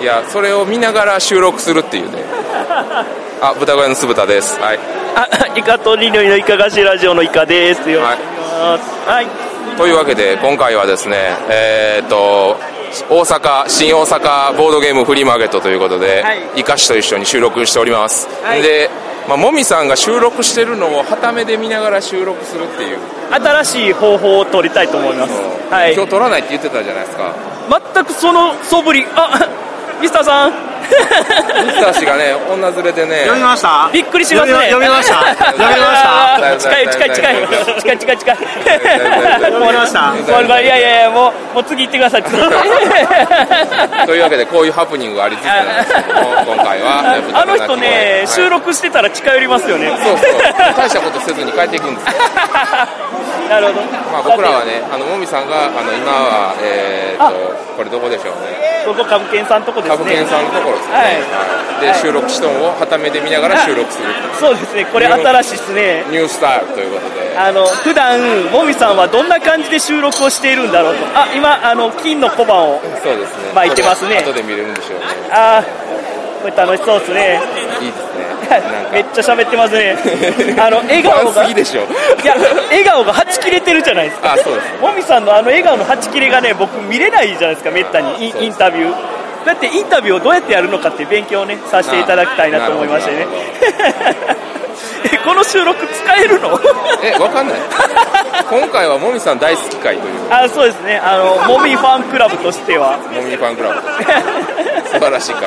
いやそれを見ながら収録するっていうねあ豚小屋の酢豚ですはいあイカとリノイのいかがしラジオのイカですよろしくお願いしますはい、というわけで今回はですねえーっと大阪新大阪ボードゲームフリーマーケットということで、はいイカシと一緒に収録しております、はいで、まあ、もみさんが収録してるのをはためで見ながら収録するっていう、新しい方法を取りたいと思いますはい今日撮らないって言ってたじゃないですか全くその素振りあミスターさんミスター氏がね女連れで ね読みましたびっくりしますね読みました読みましただいぶ近い近い近いだい近い近 い近いだいぶ読みましたもうもういやいやいやもうもう次行ってください というわけでこういうハプニングがありつつなんですけども 今回は豚あ小屋鳴のき声人ねはい収録してたら近寄りますよねそうそう大したことせずに帰っていくんです よ、なるほどまあ、僕らはねあのもみさんがあの今はえー、とこれどこでしょうねここ株券さんとこですね株券さんのところですね、はいはいではい収録しとんをはためで見ながら収録するそうですねこれ新しいですねニュースタイルということであの普段もみさんはどんな感じで収録をしているんだろうとあ今あの金の小判をそうですね巻いてますね後で見れるんでしょうねああこれ楽しそうですねいいですねなんめっかちゃ喋ってますねあの笑不顔安がすぎでしょいや笑顔がはち切れてるじゃないですかあそうですねもみさんのあの笑顔のはち切れがね僕見れないじゃないですかめったにイそうですンインタビューだってインタビューをどうやってやるのかっていう勉強をねさせていただきたいなと思いましてなねるほどえ この収録使え るのえわかん ない今回はもみさん大好き会というあそうですねあのもみファンクラブとしてはもみファンク ラブです素晴らしい会と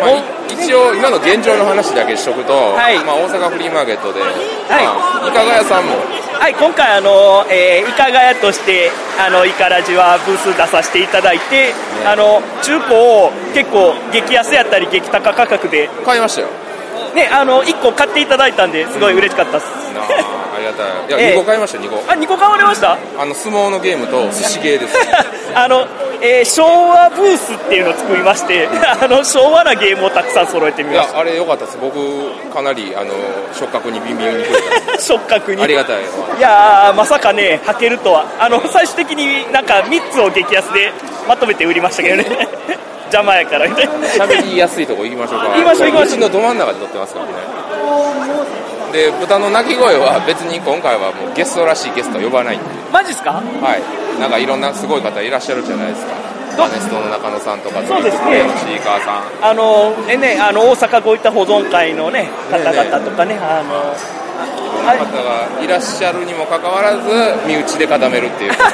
まあ、い一応今の現状の話だけしとくと、はいまあ、大阪フリーマーケットで、まあ、いかが屋さんもはい、今回あの、えー、イカガヤとしてあのイカラジはブース出させていただいて、あの中古を結構激安やったり激高価格で買いましたよねあの1個買っていただいたんですごい嬉しかったです、なあありがたいいや、ええ2個買いました2個あ2個買われました あの相撲のゲームと寿司ゲーですあの、えー昭和ブースっていうのを作りまして あの昭和なゲームをたくさん揃えてみいましやあれ良かったです僕かなりあの触覚にビンビンに触れた 触覚にたありがたいいやーまさかね履けるとはあの最終的になんか3つを激安でまとめて売りましたけどね 邪魔やからみたいな喋りやすいとこ行きましょうか行きましょう行きましょうちのど真ん中で撮ってますからねで豚の鳴き声は別に今回はもうゲストらしいゲストは呼ばないんでマジっすかはい、なんかいろんなすごい方いらっしゃるじゃないですか、どアネストの中野さんとか、そうですねシーカーさん、あのえね、あの大阪ごいた保存会の、ね、方々とかね、あのいろんな方がいらっしゃるにもかかわらず、身内で固めるっていう、その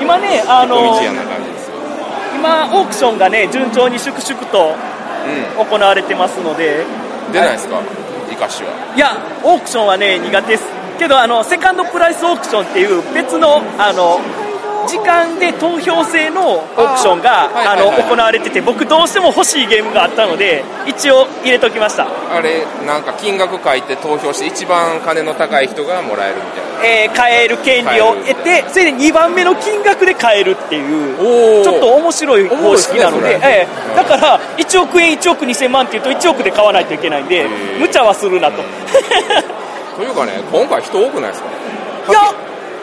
今ね、あ小の道屋な感じですよ、今、オークションがね、順調に粛々と行われてますので、うん、出ないですか、イカシは。いや、オークションはね、苦手です、けどあの、セカンドプライスオークションっていう、別のあの時間で投票制のオークションがあーはいあはいのはい行われてて、僕、どうしても欲しいゲームがあったので、一応入れときました。あれ、なんか金額書いて投票して、一番金の高い人がもらえるみたいな。えー買える権利を得買えて、それで2番目の金額で買えるっていおーう、ちょっと面白い方式な面の白いで、ですねえそれえだから1億円、1億2000万っていうと、1億で買わないといけないんでー、無茶はするなと。というかね、今回、人多くないですかいや、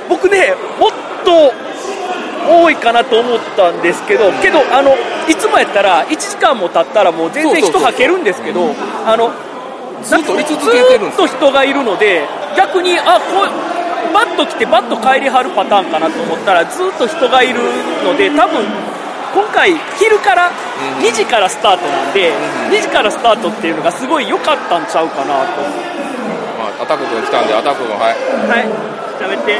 僕ね、もっと多いかなと思ったんですけど、けど、あのいつもやったら、1時間も経ったら、もう全然そうそ人うそうはけるんですけど、あのずっとなんか居続けてるんですずっと人がいるので、逆に、あこうバッと来て、バッと帰りはるパターンかなと思ったら、ずっと人がいるので、多分今回、昼から2時からスタートなんで、2時からスタートっていうのが、すごい良かったんちゃうかなと。まあ、アタック君来たんで、アタック君、はい、はい喋って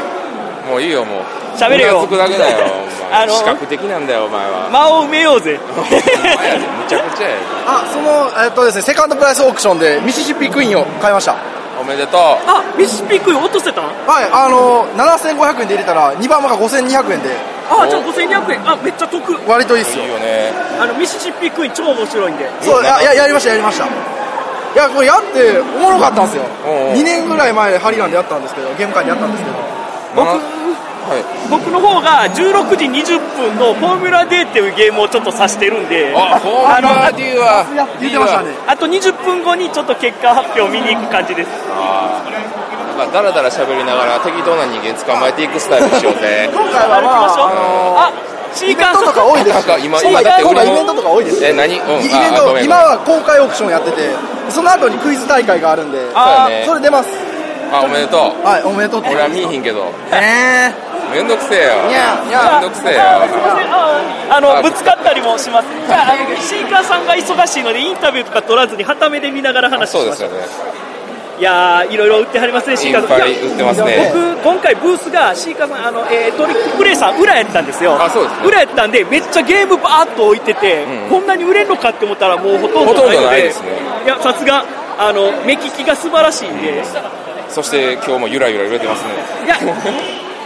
もういいよ、もう、喋れようなずくだけだよ、お前、 あの視覚的なんだよ、お前は。 間を埋めようぜむちゃくちゃやあそのえっとですねセカンドプライスオークションでミシシッピクイーンを買いましたおめでとう あミシシッピクイーン落とせたんあはいあの7500円で入れたら2番目が5200円でじゃあ5200円あめっちゃ得割といいっすいよいよねあのミシシッピクイーン超面白いんでそうやややりましたやりましたいやこれやっておもろかったんですよおうおう2年ぐらい前ハリランでやったんですけどゲーム会でやったんですけど僕は僕の方が16時20分の「フォーミュラデー」っていうゲームをちょっと指してるんでいあホームラあディーは言ってましたねあと20分後にちょっと結果発表を見に行く感じですなんかダラ ダラ喋りながら適当な人間捕まえていくスタイルにしようぜ今回はまあれ行きましょうああのあチーイベンカトとか多いですしなんか今今今だって今俺回イもベントとか多いですえ何うんイイベンあごめんごめトん今は公開オークションやっててその後にクイズ大会があるんであそうやねそれ出ますあおめでとうはいおめでとうって俺は見えひんけどえめんどくせえーよいやいめんやどくせえよあすいませんああのぶつかったりもしますじゃああのシーカーさんが忙しいのでインタビューとか取らずにはためで見ながら話しそうまですしょようねいやーいろいろ売ってはりますねシいーカーっさんぱい売ってますね僕今回ブースがシーカーさんあの、えートリックプレイさん裏やったんですよあそうですね裏やったんでめっちゃゲームバーっと置いてて、うんこんなに売れるのかって思ったらもうほとんどなほいのでとんどないですねいやさすがあの目利きが素晴らしいんで、そして今日もゆらゆら揺れてますね いや、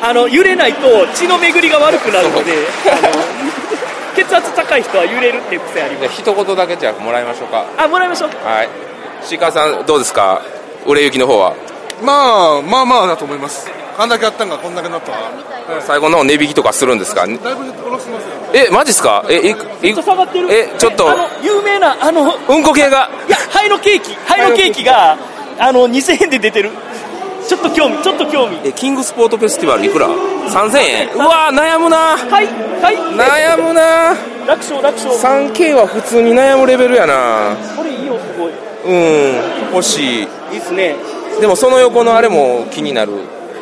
あの揺れないと血の巡りが悪くなるので、あの血圧高い人は揺れるっていう癖ありまじゃあ一言だけじゃあもらいましょうかす。あ、もらいましょう。はいシーカーさんどうですか売れ行きの方はまあまあまあだと思いますあんだけやったんがこんだけなったから、はい最後の方値引きとかするんですかだいぶ下ろしてますよえマジっすかえいくいちょっと下がってる。えちょっとあの有名なあのうんこ系がいやハイのケーキ、ハイのケーキがあの2000円で出てる。ちょっと興味、ちょっと興味。えキングスポートフェスティバルいくら3000円うわー悩むなはいは。悩むない楽勝楽勝。 3K は普通に悩むレベルやなこれいいよすごい。うん欲しいいいっすね。でもその横のあれも気になる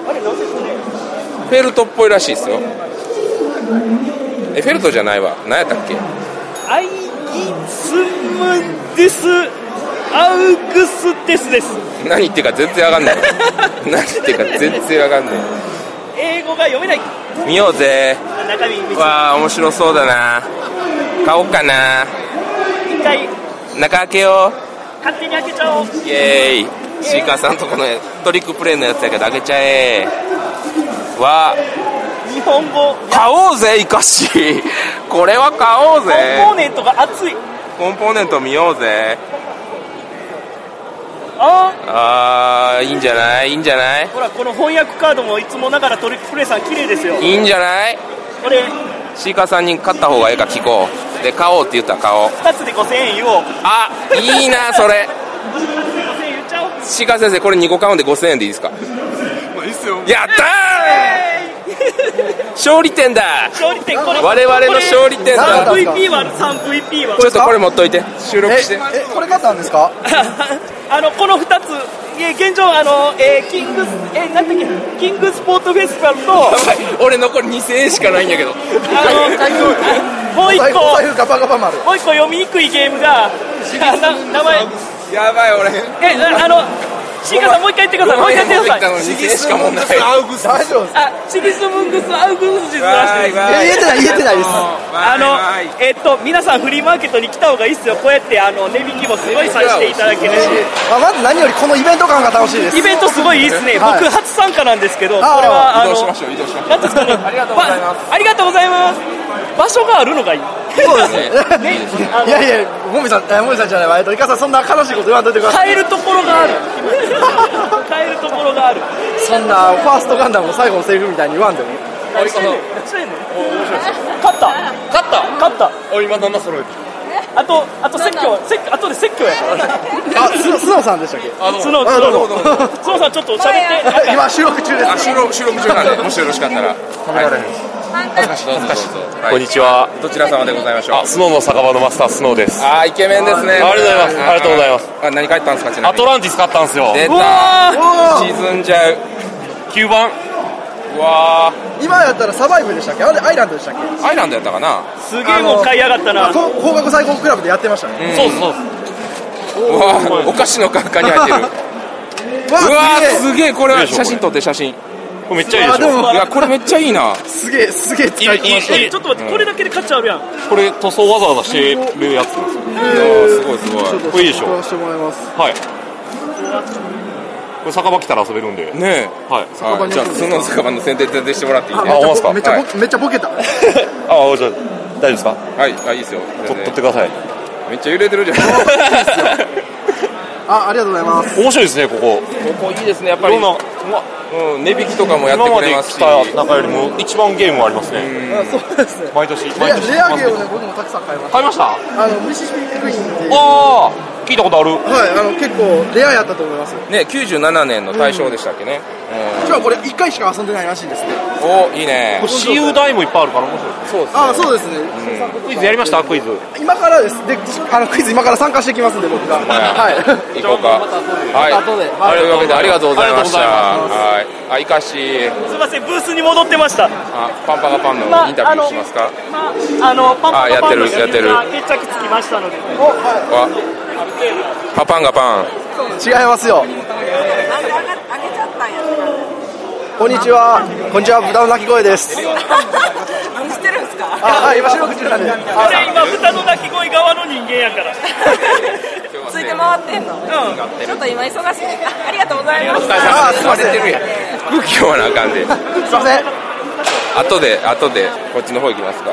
あれなんですかね。フェルトっぽいらしいですよえフェルトじゃないわ何やったっけアイギスムデスアウグステスです。何言ってるか全然わかんない何言ってるか全然わかんない英語が読めない。見ようぜ中身見せてわあ面白そうだな買おうかな一回中開けよ勝手に開けちゃおううイエーイシーカーさんとこのトリックプレイのやつやけど開けちゃえわあ日本語買おうぜイカシ これは買おうコンポぜーネントが熱いコンポーネント見ようぜああーいいんじゃないいいんじゃないーほらこの翻訳カードもいつもながらトリックプレイさん綺麗ですよいいんじゃないこれシーカーさんに買った方がいいか聞こうで買おうって言ったら買おう2つで5000円言おうあいいなそれ2つで5000円言っちゃおうシーカー先生これ2個買うんで5000円でいいですかまあいいっすよやったー勝利点だ勝利点これ我々の勝利点だだ 3VP はある 3VP はちょっとこれ持っといて収録えしてえこれ買ったんですかあのこの2ついえ現状あの、えーキングスえー、なんだっけキングスポーツフェスティバルとあやばい俺残り2000円しかないんやけどのもう1お財布お個財布ガバガバ丸もう1個読みにくいゲームがあな名前やばい俺えああのシーカさんもう一回言ってくださいもう一回言ってくださいい2000円しかもうないアウグス大丈夫ですあ、チギスムングス・アウグスジスらしいです。いや言えてない言えてないですあの、えっと、皆さんフリーマーケットに来た方がいいっすよ。こうやって、あの、値引きもすごいさせていただけるし。まあまず何よりこのイベント感が楽しいですイベントすごいいいっすね。僕はい初参加なんですけど、これあーは、あ移動しまの、しょう移動しましょうなんですかね。ありがとうございます。ありがとうございます。場所があるのがいい。そうです ね。あいの、やいやもみさんえもみさんじゃないわえっとイカさんそんな悲しいこと言わんといてください変えるところがあ る。変えるところがある。そんなファーストガンダムの最後のセリフみたいに言わん でも何してんの何してんの勝った勝った勝ったお今旦那揃えてあと、あと説教、説教、あとで説教やから。 あすすのさんでしたっけあの角あどうぞ 角角さんちょっと喋ってなんか今収録中ですあ収録収録中なんでもしよろしかったら食べられるどうぞどうぞはいこんにちは。どちら様でございましょうあ、スノーの酒場のマスター、スノーです。あーイケメンですねありがとうございますありがとうございますあ何買ったんですかちなアみにトランティス買ったんですよ。出うわーたお沈んじゃう9番。うわー今やったらサバイブでしたっけあれアイランドでしたっけーアイランドやったかなすげえもん買いやがったなと高額最高クラブでやってましたねそうそう。うわーお菓子のカンカンに入ってるうわうわーすすげえこれはよいしょこ写れ真撮って写真いこれめっちゃいいでうわしょ。でもやこれめっちゃいいなげえすげえすげえ使いこなしていいいえちょっと待ってこれだけで価値あるやんこれ塗装わざわざしてるやつなんですすよ。ごいすごいちょっとこれいいでしょこれしてもらいますはい。これ酒場来たら遊べるんで。ねはい。えはいじゃあその酒場の宣伝全然してもらっていいねあほんまっすかめっちゃはボめっちゃボケたあ、じゃあ、大丈夫ですかはいあいいですよと全撮然ってください。めっちゃ揺れてるじゃ んあありがとうございます面白いですね、ここ。ここいいですねやっぱいりろんな、うん値引きとかもやって今くまれでます来した中よりも一番ゲームはありますね。あそうですね毎年、レ毎ア年。レアゲーをね僕もたくさん買いまし買いましたあたあのミシシピクイーンっていうあ聞いたことあるはい、あの、結構、レアやったと思います。ね、97年の大賞でしたっけね。実はこれ、1回しか遊んでないらしいんですね。おいいねこれ。私有大もいっぱいあるから面白いですねそうですね。ああ、そうですね。クイズやりましたクイズ今からです。で、あの、クイズ今から参加してきますんで、僕が。 はい。行こうか。はい。また後ではいというわけでありがとうございました。あはい。あ、いかし、すいませんブースに戻ってましたあ、パンパカパンのまあインタビューしますか。まああのパンパあカやっパてンのるやってるが決着つきましたのでお、はわ。パパンがパン。い。違いますよ。あげあげちゃったんやこんにちは。こんにちは、豚の鳴き声です。何してるんすかあ、はい、今収録中なんで。あ俺今豚の鳴き声側の人間やからついて回ってんのちょっと今忙しいありがとうございましあすいません慣れてるやん。空気読まなあかんで。すいません。後で、後で、こっちの方行きますか。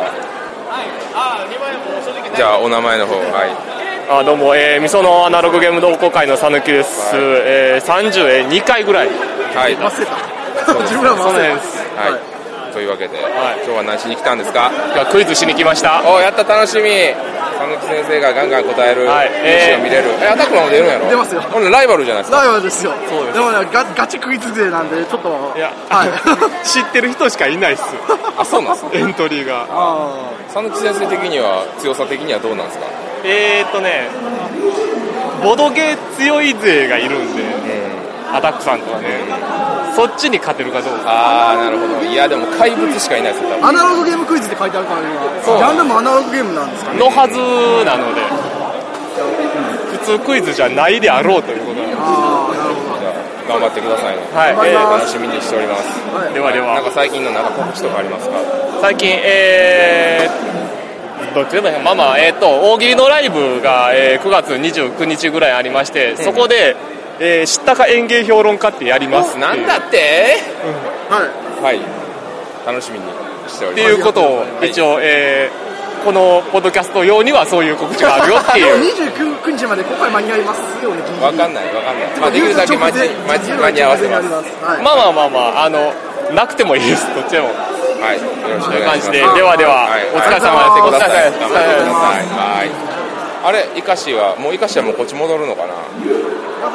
じゃあ、お名前の方、はい。あどうも、えー、みそのアナログゲーム同好会のさぬきです、えー、30、えー、2回ぐらい、はい。は自分らもそう忘れなんたです、い。というわけで、今日は何しに来たんですかいやクイズしに来ました、おやった楽しみ佐野木先生がガンガン答えるはい練習を見れる、えアタックマンも出るんやろ出ますよほんならライバルじゃないですかライバルですよ。でもね、ガガチクイズ勢なんで、ちょっと。いや、はい。 知ってる人しかいないっす、あそうなんですねエントリーが。あ佐野木先生的には強さ的にはどうなんですかえーっとね、ボドゲ強い勢がいるんで、アタックさんとはね、そっちに勝てるかどうか、ああなるほどいやでも怪物しかいないですよ多分あアナログゲームクイズって書いてあるからねそう今何でもアナログゲームなんですかねのはずなので、普通クイズじゃないであろうということなんでああなるほじゃあ頑張ってくださいね、はいえー頑ま張りす楽しみにしておりますどはいではではなんか最近のなんか告知とかありますか最近、えーどっちでもいいかまあまあ、えー、と大喜利のライブが、えー9月29日ぐらいありまして、そこで、えー知ったか演芸評論家ってやりますっていうなんだってははい楽しみにしておっりてますいうことを一応、えーこのポッドキャスト用にはそういう告知があるよってい いうでも29日まで今回間に合いますよねギリギリわかんないわかんない、まあ、できるだけ間に間に間に合わせますはいまあまあまあまああのなくてもいいですどっちでもはい、よろしくおという願いし感じます。でではでは、はいお疲れ頑張ってく様だですさい。お頑張疲れって様くだですさい。はい。あれ、イカシは、もうイカシはもうこっち戻るのかな。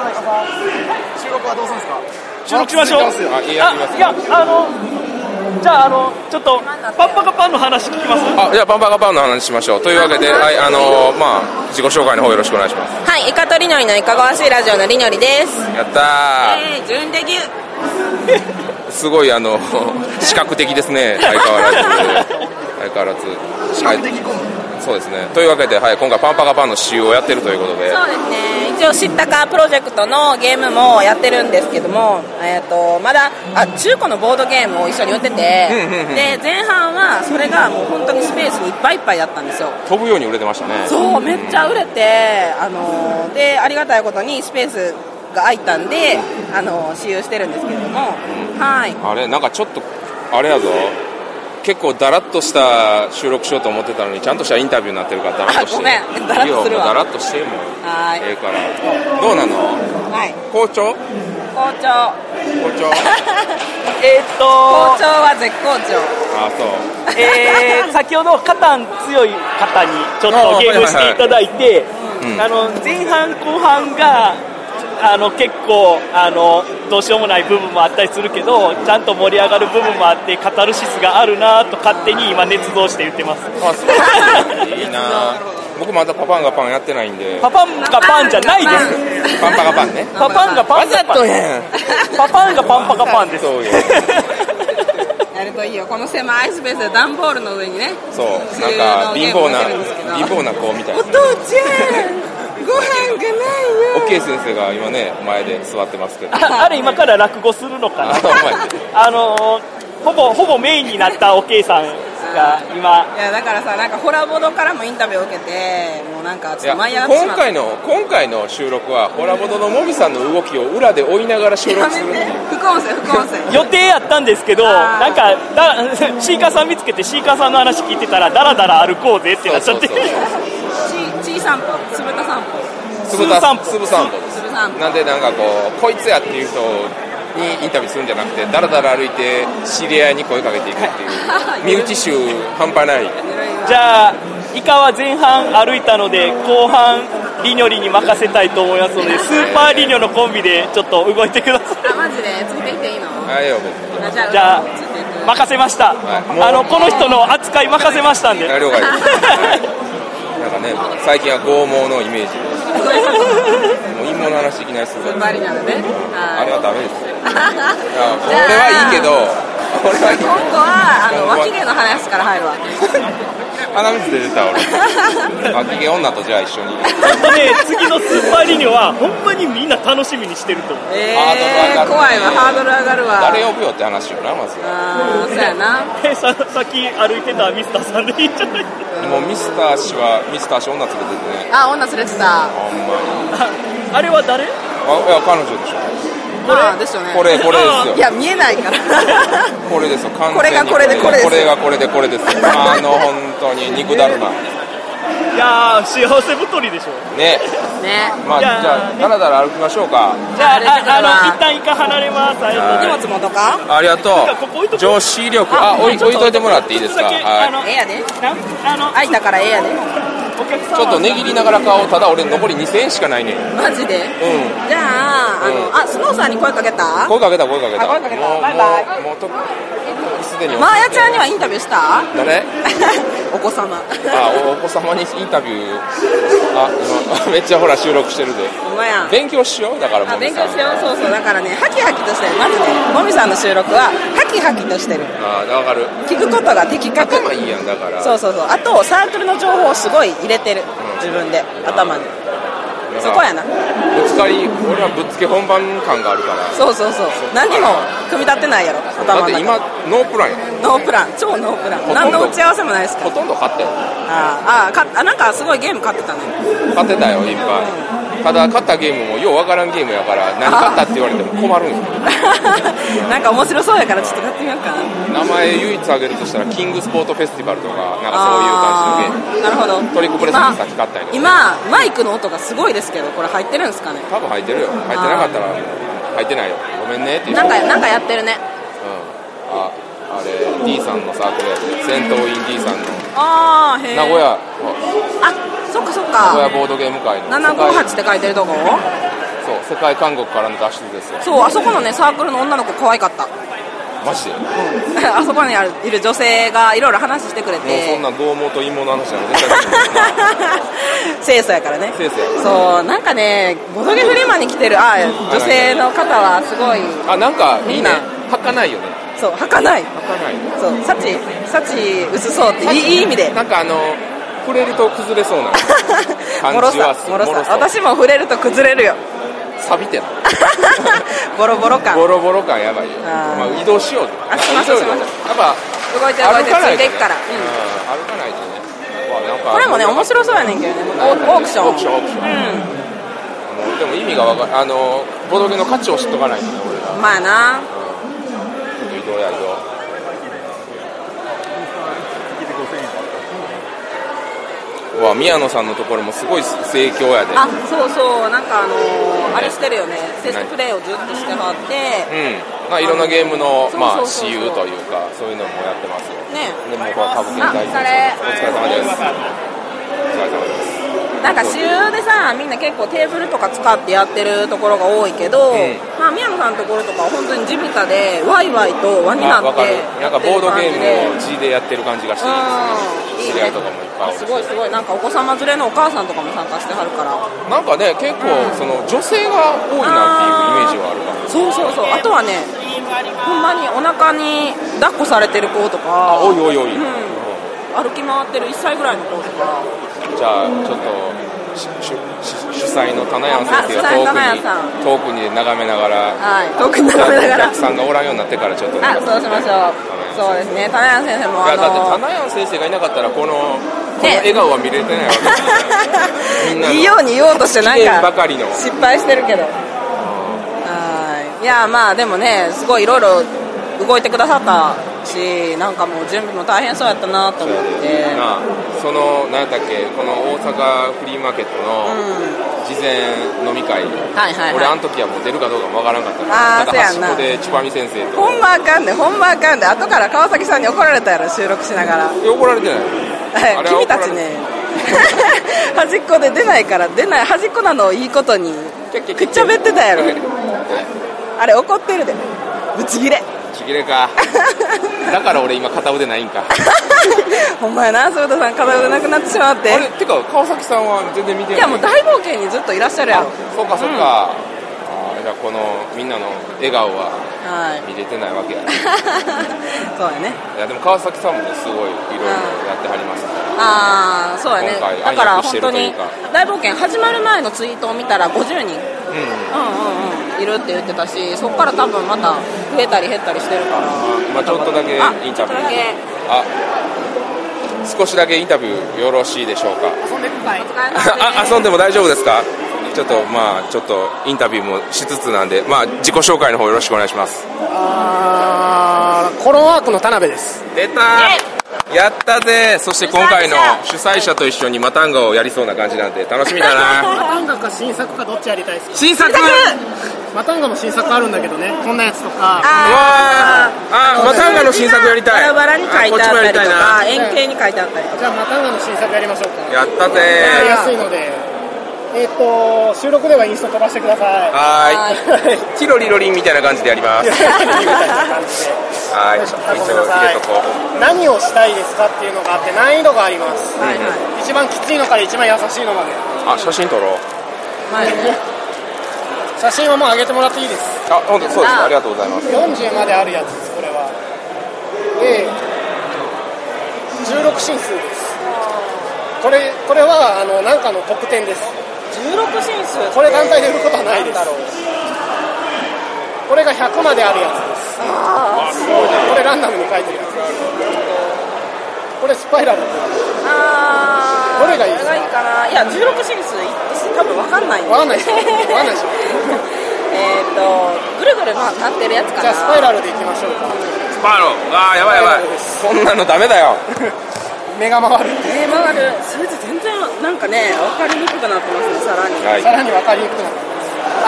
収録はどうするんですか注目しましょうあ続いてまあ、いや、いまあすいやあのじゃああのちょっとパンパカパンの話聞きますあ、じゃあ、パンパカパンの話しましょう。というわけで、はい、あのー、まあ、自己紹介の方よろしくお願いします。はいイカとりのりのいかがわしいラジオのりのりですやったえー、準レギュー。すごい、あの、視覚的です ね。相変わらず。相変わらず。視覚的コンボそうですね。というわけで、はい、今回パンパカパンの使用をやってるということで。そうですね一応知ったかプロジェクトのゲームもやってるんですけども、えー、とまだあ中古のボードゲームを一緒に売っててで前半はそれがもう本当にスペースにいっぱいいっぱいだったんですよ飛ぶように売れてましたね。そうめっちゃ売れて、あのーでありがたいことにスペースが空いたんで、あのー私有してるんですけれども、はいあれなんかちょっとあれやぞ結構だらっとした収録しようと思ってたのにちゃんとしたインタビューになってるからだらっとしてあ ごめんだらっとするわいいよもうだらっとしてもはーええい、からどうなのはい、校長校校長長えーっ校と長は絶好調 あそうえー先ほどカタン強い方にちょっとゲームしていただいてうんあの前半後半があの結構あのどうしようもない部分もあったりするけどちゃんと盛り上がる部分もあってカタルシスがあるなと勝手に今捏造して言ってますあそういいな 僕まだパパンがパンやってないんでパパンがパンじゃないですパンパカパンねパパンがパンがパンパパンがパンパカパンですそうよやるといいよこの狭いスペースで段ボールの上にねそうなんか貧乏なそういうのをゲームしてるんですけど貧乏な子みたいおな父ちゃんご飯がないよオッケー先生が今ね前で座ってますけどああれ今から落語するのかなあおあのーほぼほぼメインになったおけいさんが今いやだからさなんかホラボドからもインタビューを受けてもうなんかいちょっやと舞い上がってしま今った回の今回の収録はホラボドのもみさんの動きを裏で追いながら収録するっていやうめて副音声副音声予定やったんですけどあーなんかだ シーカーさん見つけてシーカーさんの話聞いてたらダラダラ歩こうぜってなっちゃってそうそうちちい散歩つぶた散歩つぶさんぽつぶさんぽでつすぶ散歩なんでなんかこうこいつやっていう人にインタビューするんじゃなくてだらだら歩いて知り合いに声かけていくっていう身内臭半端ない じゃあイカは前半歩いたので後半リニョリに任せたいと思いますのでスーパーリニョのコンビでちょっと動いてくださいあマジでついてきていいのはいよ別にあじゃあじゃあついていく任せました、はいあのこの人の扱い任せましたんで了解 ですなんかね最近は剛毛のイメージもう陰謀の話いきなりするかスーらパーリニョのねあれはダメです よいやこじれゃあはいいけどこれはいい今後はあの脇毛の話から入るわ鼻水出てた俺 脇毛女とじゃあ一緒にね次のスーパーリニョはほんまにみんな楽しみにしてると思うえハードル上がーる怖いわハードル上がるわ誰呼ぶよって話よなまずあーそうやなえささっき歩いてたミスターさんでいいんじゃないもうミスター氏はミスター氏女連れててねあ女連れてたほんまにあれは誰あいや彼女でしょまあですよねこれこれですよいや見えな いからこれですよ完全にこれがこれでこれですこれがこれでこれですよあの本当に肉だるまいやー幸せ太りでしょねねまあいじやーゃあだらだら歩きましょうかじゃああれだからああの一旦イカ離れますありがとうござい荷ま物もとかありがとなんかここ置いとこうう女子力あ置い置いといてもらっていいですかちょっとだけあはのええやですなんあの開いたからええやでお客様いちょっと値切りながら買おうただ俺残り2000円しかないねんうんマジでじゃああの、うあスノーさんに声かけた声かけた声かけたあ声かけたもうバイバもうもうとすでにマーヤちゃんにはインタビューした 誰お子様あおお子様にインタビューあ今 めっちゃほら収録してるでほんまやん勉強しようだからあもみ勉さ強んしようそうそうだからねハキハキとしてるマジでもみさんの収録はハキハキとしてるあ分かる聞くことが的確頭いいやんだからそうそうそうあとサークルの情報をすごい入れてる自分で頭になんかそこやなぶつかり俺はぶっつけ本番感があるからそうそうそう何も組み立ってないやろだっ頭ての今中ノープランやんノープラン超ノープラとンんど何の打ち合わせもないですかほらとんど勝ったよあーあーかあなんかすごいゲーム買ってたね勝てたよいっぱいただ勝ったゲームもようわからんゲームやから何勝ったって言われても困るんよ なんか面白そうやからちょっと買ってみようか名な前唯一挙げるとしたらキングスポートフェスティバルとかなんかそういう感じのゲームあーなるほどトリックプレス今に先買ったりとか今マイクの音がすごいですけどこれ入ってるんですかね多分入ってるよ入ってなかったらもう入ってないよごめんねって言なうんうんかなんかやってるねああれ D さんのサークルやで戦闘員 D さんのああへえ名古屋あそっかそっ名古屋かボードゲーム会の世界758って書いてるとこそう世界韓国からの脱出ですよそうあそこのねサークルの女の子可愛かった マジであそこにあるいる女性がいろいろ話してくれもうそんてな剛毛と陰毛の話なんか絶対ない 清楚やからね清楚やかそうなんかねボドゲフリマに来てるあ女性の方はすごいあなんかいみいんねな履かないよねそう儚い履かないそう幸幸薄そうっていいいい意味でなんかあの触れると崩れ そうなも感ろじはさす もろもろささ私も触れると崩れるよ 錆びてなボロボロ感ボロボロ感やばいよあーまあ移動しようあしましょう移動よしましやっぱ動いて動い歩てかないつとねいていくから、うんうん歩かないとねうわなんかこれもね面白そうやねんけどねオークションオークションオークションもうでも意味がわかるあのボドゲの価値を知っとかないとね俺らうんまあなちょっと移動や移動うわ宮野さんのところもすごい盛況やであそうそうなんかあのーあれしてるよねセストプレイをずっとしてはってうんまあいろんなゲームのそうそうそうそうまあ私有というかそういうのもやってますよねでもこれ歌舞伎の大臣あお疲れ様ですお疲れ様ですなんか週でさみんな結構テーブルとか使ってやってるところが多いけど、んまあ宮野さんのところとかは本当に地べたでワイワイと輪になあわってかるなんかボードゲームをを G でやってる感じがしていいですね知り合いとかもいっぱいおるすごいすごいなんかお子様連れのお母さんとかも参加してはるからなんかね結構その女性が多いなっていうイメージはあるかもそうそうそうあとはねほんまにお腹に抱っこされてる子とあかおいおいおい、うん歩き回ってる1歳ぐらいの子とかじゃあちょっとししし主催の棚屋先生あ主催の棚屋がさん遠くに遠くに眺めながらはい遠くに眺めながお ら客さんがおらんようになってからちょっとねあそうしましょうそうですね田中先生もいあやだっての棚屋先生がいなかったらこのこのね笑顔は見れてないわけですよみんなのいいように言おうとしてな記ん念ばかかりの失敗してるけどはいいやまあでもねすごいいろいろ動いてくださったしなんかもう準備も大変そうやったなと思ってなあその何やったっけこの大阪フリーマーケットうんの事前飲み会、はいはい俺あはいの時はもう出るかどうかもわからんかったかあらーただ端っそうやこんなでチュパミ先生とほんまあかんでほんまあかんで後から川崎さんに怒られたやろ収録しながらえ怒られてないあはい、れは君怒らたれちるね 端っこで出ないから出ない端っこなのをいいことにくっちゃべってたやろあれ怒ってるでぶち切れちぎれ かだから俺今片腕ないんかほんまやな鶴田さん体がなくなってしまってあれてか川崎さんは全然見てないいやもう大冒険にずっといらっしゃるやろあそうかそうか、あーじゃあこのみんなの笑顔はは い見れてないわけや、ね、そうやねいやでも川崎さんもねすごいいろいろやってはりますああそうやね今回だから暗躍してる本当といにうか大冒険始まる前のツイートを見たら50う人ん、うんうんうんいるって言ってたしそこから多分また増えたり減ったりしてるからまあ、ちょっとだけインあタビュちょっとだーけあ少しだけインタビューよろしいでしょうかお疲れ様です あ 遊んでも大丈夫ですかちょっとまあちょっとインタビューもしつつなんでまあ自己紹介の方よろしくお願いしますあーコロンワークの田辺です出たやったぜそして今回の主催者と一緒にマタンガをやりそうな感じなんで楽しみ だなマタンガか新作かどっちやりたいですか新作マタンガも新作あるんだけどねこんなやつとかわあーあマタンガの新作やりたいバラバラに書いてああこっちもっやりたりとたいかな円形に書いてあったりとかじゃあマタンガの新作やりましょうかやったぜやりや すいのでえっと収録ではインスタ飛ばしてくださいはーいチロリロリンみたいな感じでやりますはいよい一し応ょごめんなさい入れとこう何をしたいですかっていうのがあって難易度があります、はいはい一番きついのから一番優しいのまであ写真撮ろうはい写真はもう上げてもらっていいですあ本当そうですありがとうございます40まであるやつですこれはで16進数ですこれこれはあの何かの特典です16進数これ単体で売ることはないですこれが100まであるやつですこれランダムに書いてるやつですこれスパイラルあーどれがいいですどかれがいいかないや16進数多分わかんないわかんないでしょわ かんないでしょえっとぐるぐる回ってるやつかなじゃあスパイラルでいきましょうかスパイロあーやばいやばいこんなのダメだよ目が回るね回る数字全然なんかね分かりにくくなってますねさらにはいさらに分かりにくくなる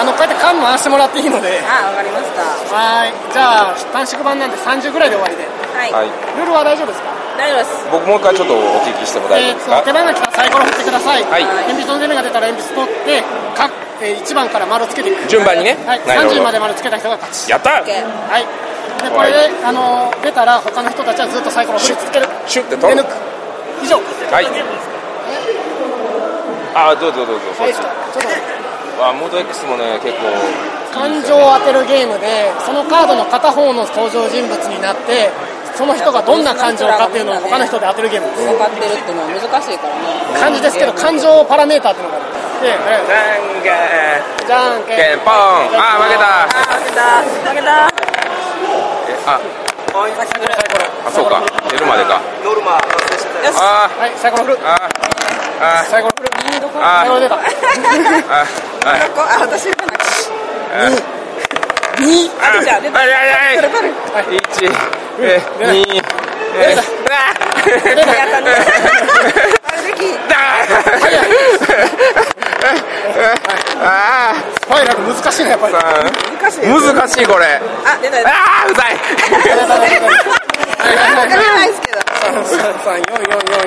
あのこうやって缶回してもらっていいのであ分かりましたはいじゃあ短縮版なんで30ぐらいで終わりではい、はいルールは大丈夫ですか大丈夫です僕もう一回ちょっとお聞きしても大丈夫ですえーかと手番が来たらサイコロ振ってください、はい鉛筆の出目が出たら鉛筆取ってか、えー、1番から丸つけていく順番にねはい、なるほど30まで丸つけた人が勝ちやったはいでこれで、あのー出たら他の人たちはずっとサイコロ振り続けるシュッて出取抜るく以上はいあーどうぞどうぞそはういですちょっとあーモード X もね結構感情を当てるゲームでそのカードの片方の登場人物になってその人がどんな感情かっていうのを他の人で当てるゲームです分かってるってのは難しいからね感じですけど感情をパラメーターっていうのがあるでえじゃんけーじゃんけんんけんぽんあー負けたあー負けた負けたえああそうか出るまでかよしあはいサイコロ振るーあーあサイコロ振るあサイコロ出たーあーはいこあ私打たなきあーゃ2あるじゃん出たあいやいやいや取る一え二え取るやったねあるべきだあースパイラル難しいねやっぱりさん難しい 難しいこれあ出た出たああうざい分からないですけど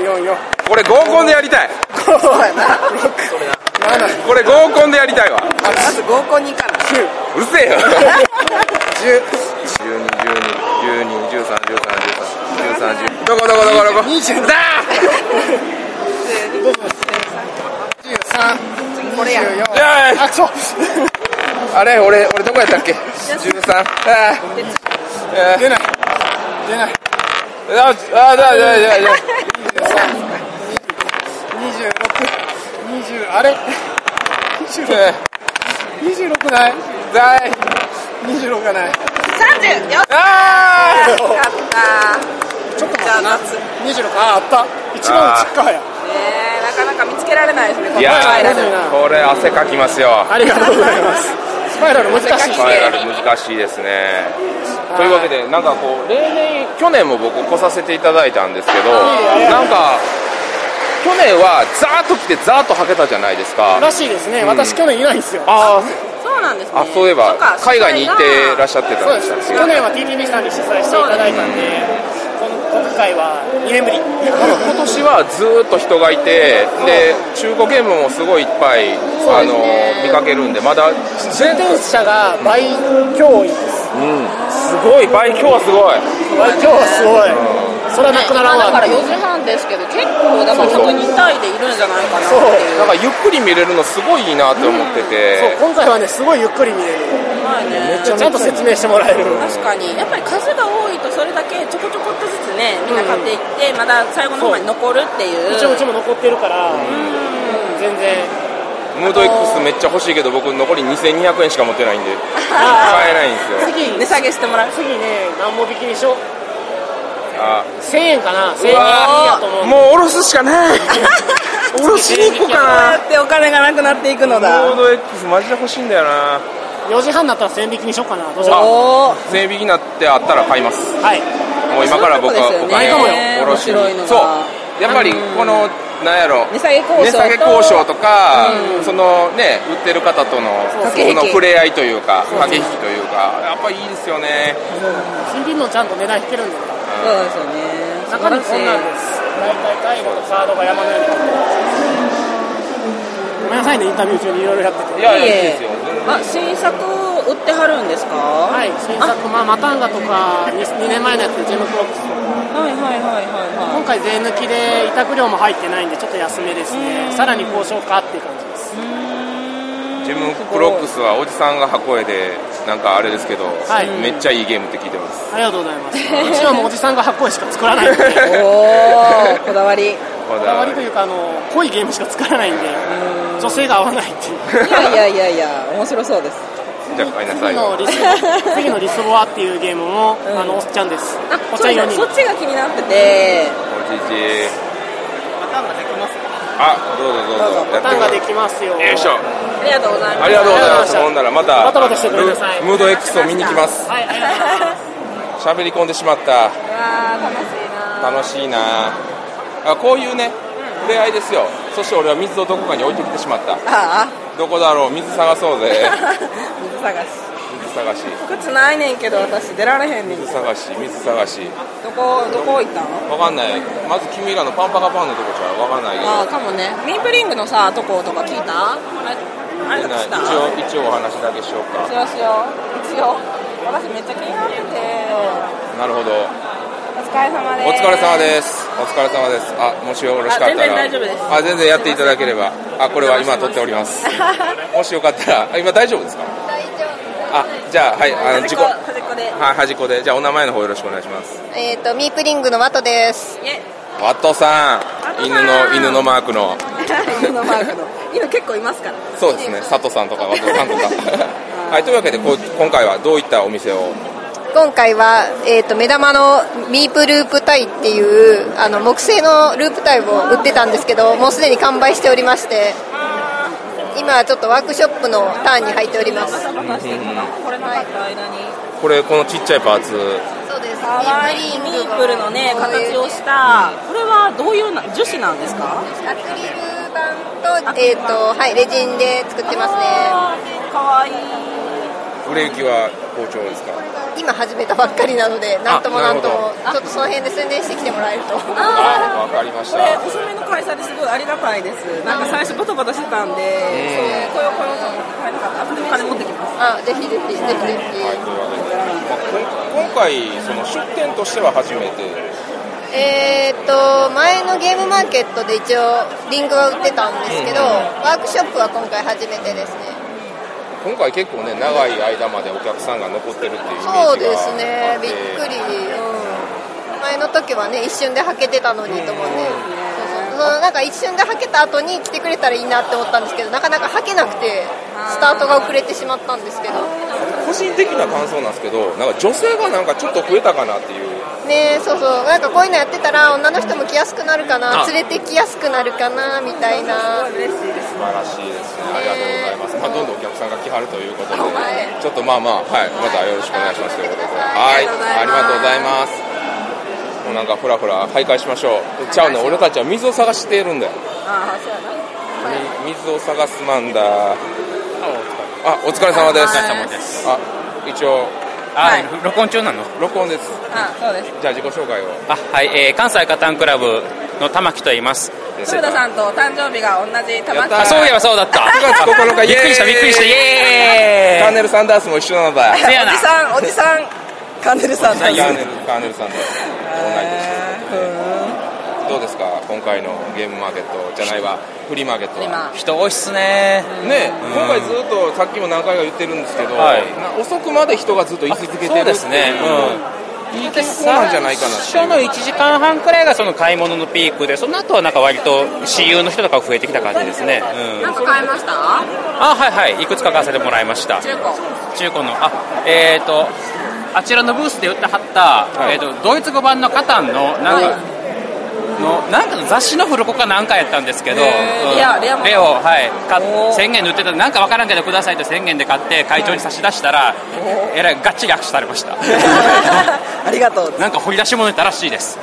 3344444これ合コンでやりたいそうやなこれ合コンでやりたいわまず合コンに行かなうるせえよ十二十二十二十三十三十三十三十どこどこどこどこだこれやーやあそうあれ俺俺どこやったっけ十三ああ出ない出ないあああだだだだ2620あれえ26ないーだい26がない30よっあやったちょっと待っじゃあてな夏26ああった一番内っ側やねえなかなか見つけられないですねこーいのやスパイラルーこれ汗かきますよありがとうございますスパイラル難しいスパイラル難しいですねというわけでなんかこう例年去年も僕来させていただいたんですけどなんか去年はザーッと来てザーッとはけたじゃないですからしいですね私去年いないんですよあそうなんですねあそういえばそっか海外に行ってらっししゃってたそうんででしたすっけ去年は TTB さんに主催していただいたんでこの告回は2年ぶり。今年はずーっと人がいて、で中古ゲームもすごいいっぱい、あの見かけるんで、まだ、出店者が倍強いです。すごい、倍強はすごい、倍強はすごい。それはなくならんだわか。ら4時半ですけど結構だから102体でいるんじゃないかなっていうなんかゆっくり見れるの、すごいいいなって思ってそうて、今回はねすごいゆっくり見れる。まあねちゃんと説明してもらえる。確かにやっぱり数が多いとそれだけちょこちょこっとずつねみんな買っていって、まだ最後の方に残るっていううちもうちも残ってるから、全然。ムード X めっちゃ欲しいけど、僕、残り2200円しか持ってないんで、買えないんですよ。次値下げしてもらう次ね何も引きにしよう。あ1000円かな。1000円やと思う。もうおろすしかないおろしに行こうこうやかってお金がなくなっていくのなモーだド X マジで欲しいんだよな4時半になったら1000円引きにしようかな。どうしようかおお税引きになってあったら買いますはい。もう今から僕はお金をおろしにそういうとこですよね面白いのがそうやっぱりこのなんやろ値下げ交渉と値下げ交渉とか、そのね売ってる方とのそうそこの触れ合いというか駆け引きというかやっぱいいですよね新品のちゃんと値段引けるんだよ。そうですよね中身こんなんです。大体介護のカードが山のように。ごめんなさいねインタビュー中にいろいろやってて。いやいやいえいいですよあ新作を売ってはるんですかははい、新作、まあ、マタンガとか 2, 年前のやつでジェームクロックスとかはいはいはいは今回税抜きで委託料も入ってないんでちょっと安めですねさらに交渉かっていう感ジじですムクロックスはおじさんが箱絵でなんかあれですけど、はいめっちゃいいゲームって聞いてますありがとうございますうちはもうおじさんが発行しか作らないんでこいはいおおこだわりいこだわりというかあの濃いゲームしか作らないんで女性が合わないっていう やいやいやいや面白そうですじゃあ買いなさ次いのリスボ次のリスボアっていうゲームも、あのおっちゃんですあおっちそゃんうだ4人そっちが気になってておじいじあどうぞどうぞやってくだマタさンがいできますよよいしょありがとうございますありがとうございまありがとうございましすたほんならまたバタバタしてごめんなさいムード X を見に来ますはいありがとうございます喋り込んでしまったうわー楽し楽しいないなあこういうね触れ合いですよそして俺は水をどこかに置いてきてしまったあどこだろう水探そうぜあ水探し水探し靴ないねんけど私出られへんねんど水探し水探しこどこ行ったのわかんないまず君らのパンパカパンのとこじゃわかんないけどああかもねミープリングのさとことか聞いたあれあれ一とかした応一応お話だけしようかしようしよう一応私めっちゃ気になっててなるほどお疲れ様ですお疲れ様ですお疲れ様ですあもしよろしかったらあ全然大丈夫ですあ全然やっていただければあこれは今撮っておりますもしよかったらあ今大丈夫ですかあじゃあはいあの自端っ己こは端っこでい端っこでじゃあお名前の方よろしくお願いしますえっ、と、ミープリングのワトです。いえワットさトさんん犬の犬のマークの犬のマークの犬結構いますからそうですね佐藤さんとかワットさんと かはいというわけでこう今回はどういったお店を今回は、えっ、と、目玉のミープループタイっていう、あの、木製のループタイを売ってたんですけど、もうすでに完売しておりまして、今ちょっとワークショップのターンに入っております。バタバタしてこのこれの買った間にこれこのちっちゃいパーツそうです。かわいいミープルのね形をしたこれはどういうな樹脂なんですかアクリル板と、えっ、と、はい、レジンで作ってますね。あーかわいい売れ行きは好調ですか今始めたばっかりなので、なんともなんとも、ちょっとその辺で宣伝してきてもらえると。あわかりましこれた遅めの開催ですごいありがたいですなんか最初バタバタしてたんでそうこれを買おうと思って買えなかった後でお金持ってきますあ、ぜひぜひ、ぜひぜとひ。いうわけでまあこん今回その出店としては初めてえーっと前のゲームマーケットで一応リングは売ってたんですけど、ワークショップは今回初めてですね今回結構ね長い間までお客さんが残ってるっていうイメージがあそっうてですねびっくり、うん、前の時はね一瞬で履けてたのにと思って、そうそうそのなんか一瞬で履けた後に来てくれたらいいなって思ったんですけどなかなか履けなくてスタートが遅れてしまったんですけど個人的な感想なんですけどなんか女性がなんかちょっと増えたかなっていうねそうそうなんかこういうのやってたら女の人も来やすくなるかなあ連れてきやすくなるかなみたいな素晴らしいですねありがとうございます、まあ、どんどんお客さんが来はるということで、ちょっとまあまあはいまたよろしくお願いしますということではいありがとうございますもうなんかふらふら徘徊しましょうちゃうね俺たちは水を探しているんだよああそうやなみ水を探すマンだあお疲れ様ですお疲あ一れ様応はいあ録音中なの録音ですあそうですじゃあ自己紹介をあはい、えー関西カタンクラブの玉木と言います黒田さんと誕生日が同じ玉や木さっんあそういえばそうだった9月9日びっくりしたびっくりしたイエカーーネル・サンダースも一緒なのだせやなおじさんおじさんカンデルさんカだーよネルカーネル・サンダースどうですか今回のゲームマーケットじゃないわフリーマーケットは今イ人多いっすねね、今回ずっとさっきも何回か言ってるんですけど、はいな遅くまで人がずっと居続けてるそうですねうん、いい傾向なんじゃないかなってい最初の1時間半くらいがその買い物のピークでその後はなんか割と親友の人とかが増えてきた感じですね、うんなんか買いましたあはいはいいくつか買わせてもらいました中古 中古のあえっ、ー、とあちらのブースで売ってはった、はいえー、とドイツ語版のカタンのなんか、はいのなんかの雑誌の古本かなんかやったんですけど、へーうんレアレアものレオはい買おーっ宣言で売ってたなんかわからんけどくださいと宣言で買って会長に差し出したら、えらいがっちり握手されましたありがとうなんか掘り出し物やったらしいです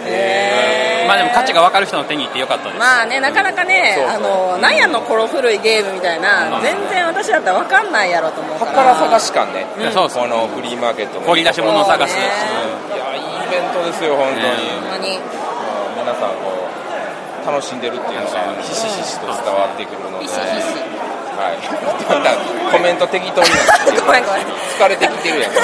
まあでも価値が分かる人の手に入ってよかったです、 まあねなかなかねあのなんやのこの古いゲームみたいな全然私だったら分かんないやろと思うから宝探し感ね、いやそうそうこのフリーマーケットの掘り出し物を探す、そうねいやいいイベントですよ本当に、ねほんまに皆さんこう楽しんでるっていうのがひしひしと伝わってくるので、ひしひ しはい、 だんだんコメント適当になってきてるごめんごめん疲れてきてるやんもう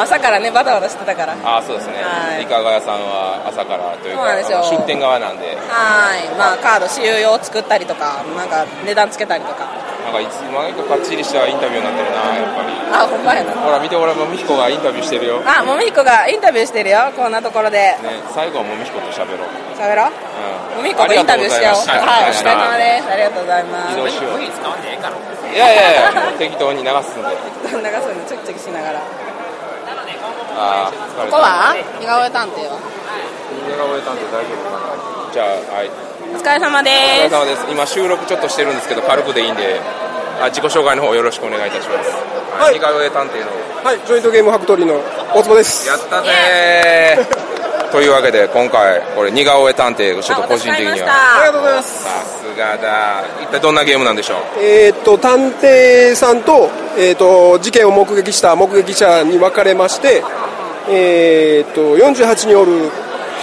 朝からねバタバタしてたからああそうですね、はいい、かが屋さんは朝からというそうなかんですよあの出店側なんではいまあカード私有用作ったりとかなんか値段つけたりとかなんかいつもなんかかっちりしたインタビューになってるなやっぱりあほんまやなほら見て俺もみひこがインタビューしてるよ、ね、あもみひこがインタビューしてるよこんなところで最後はもみひこと喋ろう、う、喋ろうんもみひこもインタビューしてよありがとうございましたはいお疲れ様ですありがとうございま移す動しよういやいやいやもう適当に流すんで流すのチョキチョキしながらこああ疲れこたは似顔絵探偵はみんなが終えたんで大丈夫かなじゃあはいお疲れ様お疲れです様です今収録ちょっとしてるんですけど軽くでいいんであ自己紹介の方よろしくお願いいたしますはい似顔絵探偵のはい、ジョイントゲームファクトリーの大坪です。やったぜーというわけで今回これ似顔絵探偵ちょっと個人的にはありがはとうございます。さすがだ一体どんなゲームなんでしょうえーっと、探偵さんと、えーっと、事件を目撃した目撃者に分かれまして、えーっと、48による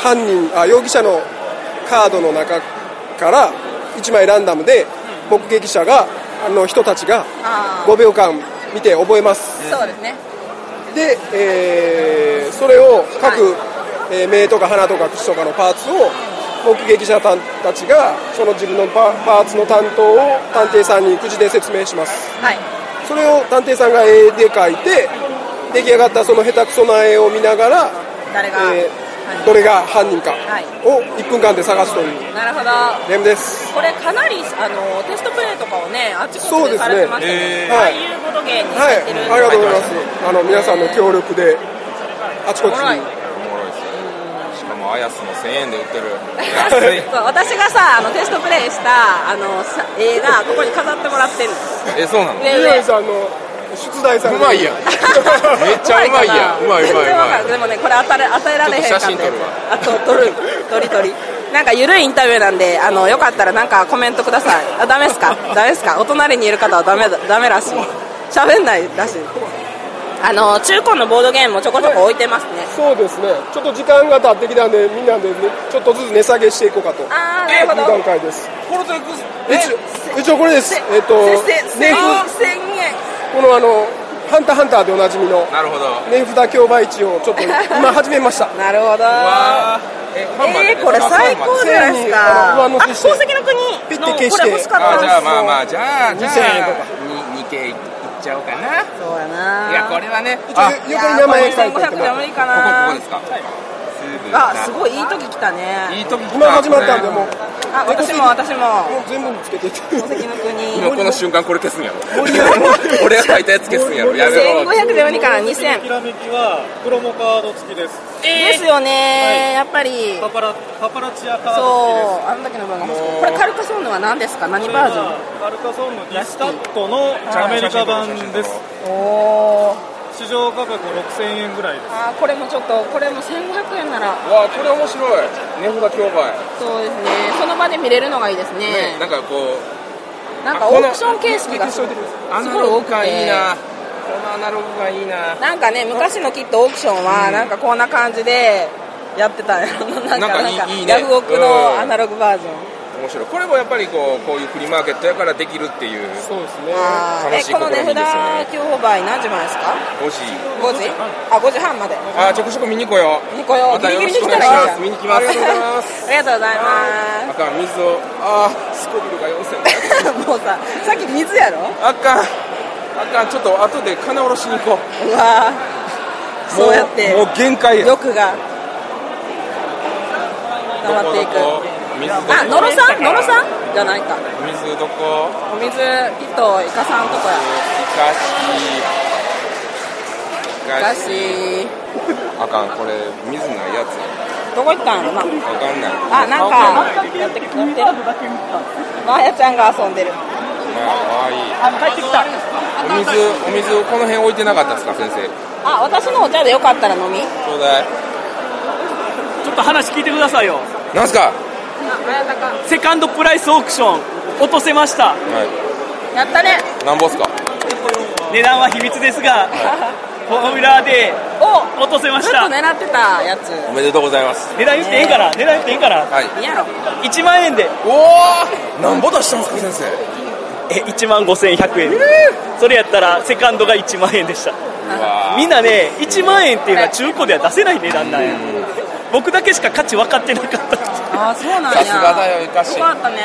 犯人、あ、容疑者のカードの中から1枚ランダムで、目撃者が、あの人たちがあ5秒間見て覚えます。そうですねで、えーそれを各、えー目とか鼻とか口とかのパーツを目撃者たちがその自分のパパーツの担当を探偵さんに口で説明しますはいそれを探偵さんが絵で描いて出来上がったその下手くそな絵を見ながら、誰がえはーいどれが犯人かはいを1分間で探すというなるほどゲームですこれかなりあのテストプレイとかをねあっちそこっうちでねですされてましたへーねああいうボードゲームにはい入ってるありがとうございますあの皆さんの協力であちこちおもろいにおもろいですねしかもアヤスも1000円で売って るそう私がさあのテストプレイしたあのさ映画ここに飾ってもらってるえそうなのめっミ上上ライさんの出題さんうまいやんめっちゃうまいやんうまいうまいうまいでもねこれ与え与えられへんかったちょっと写真撮るわあと撮る撮り撮りなんかゆるいインタビューなんであのよかったらなんかコメントくださいあダメですかダメですかお隣にいる方はダメだダメらしい喋んないらしいあの中古のボードゲームもちょこちょこ置いてますねそうですね、ちょっと時間が経ってきたんで、みんなで、ね、ちょっとずつ値下げしていこうかと、いうああなるほど段階です。一応、一応これです、せえっと、せせネ千フ千円このあの、ハンターハンターでおなじみの、なるほどわ値札競売市をちょっと 今始めました。なるほどあえファンまでえー、これ最高じゃないですか。あ、千にあの上乗せ宝して石のピ国ッのて消してこれ欲しかったあんじですよ。ゃあまあまあじゃあじゃあ2000円と2 2いっちゃおうかなそうやな。いやこれはね一応あこここ横に名前書いておいて500もじゃらっ無て理かこなで。すかあ、すごいいい時来たね。いい時来今始まったんで、これもう、あ、私も私ももう全部につけていって。宝石の国。今この瞬間これ消すんやろ俺が書いたやつ消すんやろやめ千五ろ百で2から二千ひ。らめきはプロモカード付きですですよね。やっぱり。パパラパパラチアカード付きですそう、あの時の分が欲しかった。これカルカソンヌは何ですか？こ何れバージョン？がアルカソンのディスカットのアメリカ版ですおおー。市場価格6000円ぐらいですあー、これもちょっとこれも1500円ならわあこれ面白い値札競売そうですね。その場で見れるのがいいですねねな。んかこうなんかオークション形式がすごいあのオークションいいなこのアナログがいいななんかね昔のきっとオークションはなんかこんな感じでやってたよ なんなかんかいいいいねヤフオクのアナログバージョン面白いこれもやっぱりこうこういうフリーマーケットやからできるっていうそうですね楽えしいこのこと値いいですよね札急報売何時までですか5時5時あ5時半まであーちょくちょく見に来よう見に来ようまたよろしくお願いします見に来ますありがとうございますありがとうございますあかん水をああスコビルが4500 もうささっき水やろあかんあかんちょっと後で金下ろしに行こううわーもうそうやってもう限界や欲が溜まっていくどこ水どこあ野呂さん野呂さんじゃないか水どこお水きっとイカさんとこやイガカシシあかんこれ水ないやつどこ行ったんやろなわかんないあなんかやってやってるマーヤちゃんが遊んでるまあいいあ帰ってきたお水お水をこの辺置いてなかったですか先生あ私のお茶でよかったら飲みちょうだいちょっと話聞いてくださいよなんすかセカンドプライスオークション落とせましたはやった ねいなんぼっすか値段は秘密ですがフォーミュラーでお落とせましたずっと狙ってたやつおめでとうございます値段言っていいから値段言っていいからはいいいやろ1万円でおおなんぼ出したんですか先生え1万5100円それやったらセカンドが1万円でしたみんなね1万円っていうのは中古では出せない値段なんや僕だけしか価値分かってなかったあそうなんやさすがだよイカシよかったね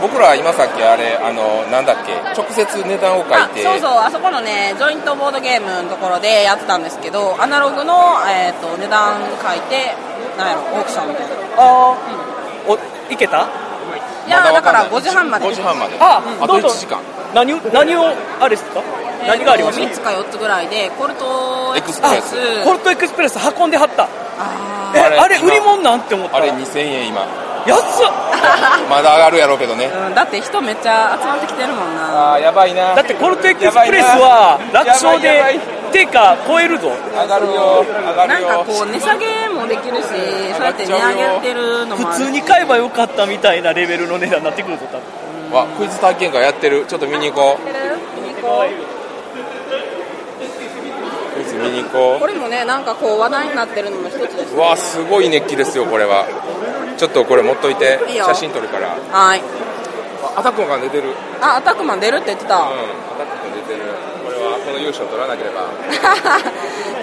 僕らは今さっきあれあのなんだっけ直接値段を書いあてそうそうあそこのねジョイントボードゲームのところでやってたんですけどアナログの、えー、と値段書いてなんやろオークションみたいなあおいけたいやだから5時半まで5時半までああどとうぞ1時間何を何をあれですか何がありましえーと3つか4つぐらいでコルトエクスプレスコルトエクスプレス運んではったえあれあれ売り物なんて思ったあれ2000円今安っまだ上がるやろうけどねうんだって人めっちゃ集まってきてるもんなあやばいなだってコルトエクスプレスは楽勝で定価超えるぞ上がるよ上がなるんよかこう値下げもできるしそうやって値上げてるのもあ普る通に買えばよかったみたいなレベルの値段になってくるぞ多分わクイズ体験会やってるちょっと見に行こうクイズ見に行ここれもねなんかこう話題になってるのも一つですううわすごい熱気ですよこれはちょっとこれ持っといていいよ写真撮るからはいあアタックマンが出てるうんあアタックマン出るって言ってた、 アタックマン出てるこれはこの優勝取らなければ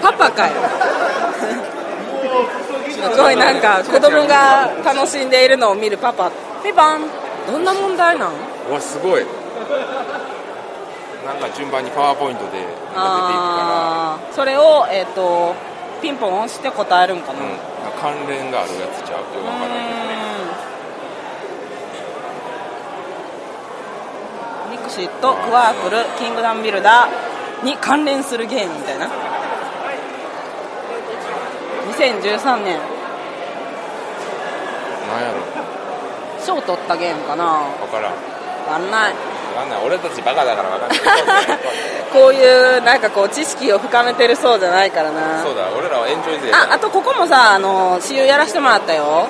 パパかよ すごいなんか子供が楽しんでいるのを見るパパピバンどんな問題なんうわすごいなんか順番にパワーポイントで出ていくかあーそれを、えー、とピンポン押して答えるんかな、ら、うん、関連があるやつちゃうよくわからんけどミクシーとクワークルキングダムビルダーに関連するゲームみたいな2013な年んやろ賞取ったゲームかなわからん分かんないわかんない俺たちバカだからわか んないこういうなんかこう知識を深めてるそうじゃないからなそうだ俺らはエンジョイ勢やああとここもさあの私有やらせてもらったよお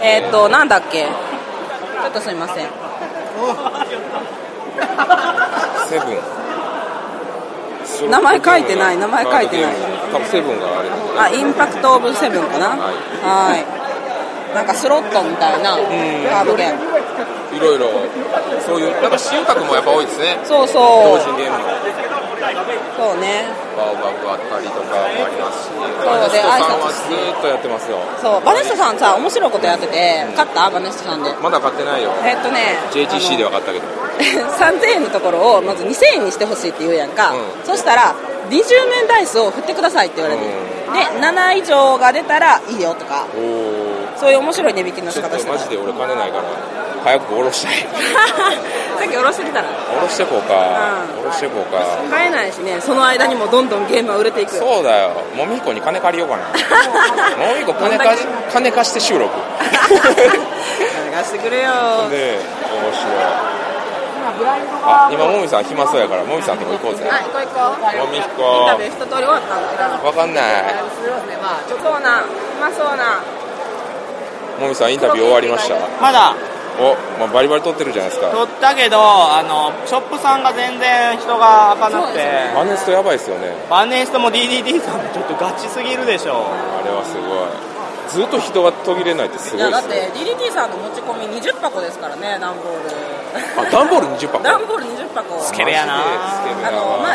えっ、となんだっけちょっとすいませんセブン名前書いてない名前書いてない多分セブンがあれだけどあインパクト・オブ・セブンかなはいなんかスロットみたいなカードゲームいろいろそういうやっぱ新作もやっぱ多いですねそうそう同人ゲームのそうねバオバブあったりとかもありますしうバネストでさんはずーっとやってますよそうバネスタさんさ面白いことやってて勝ったバネスタさんでまだ買ってないよえっとね JTC では買ったけど3000円のところをまず2000円にしてほしいって言うやんか、うんそしたら20面ダイスを振ってくださいって言われる、で7以上が出たらいいよとかおおそういう面白い値引きのち仕ょっ方として たマジで俺金ないから早く下ろしたいさっき下ろしてきたら下ろしてこうか下ろしてこうか買えないしねその間にもどんどんゲームは売れていくそうだよもみひこに金借りようかなもみひこ金貸し金貸して収録 流してくれよで面白いブラインドあ今もみさん暇そうやからもみさんとこ行こうぜはい、こう行こう。もみひインタこビュー一通り終わったんだから。わかんないそうな、うまそうな。もみさんインタビュー終わりましたまだお、まあ、バリバリ撮ってるじゃないですか撮ったけどあのショップさんが全然人が開かなくてマネストやばいですよねバネストも DDD さんもちょっとガチすぎるでしょあれはすごいずっと人が途切れないってすいごいでやだっすてね DDT さんの持ち込み20箱ですからね段ボールあ段ボール20箱段ボール20箱スケベやなマジでスケベやなあのまあ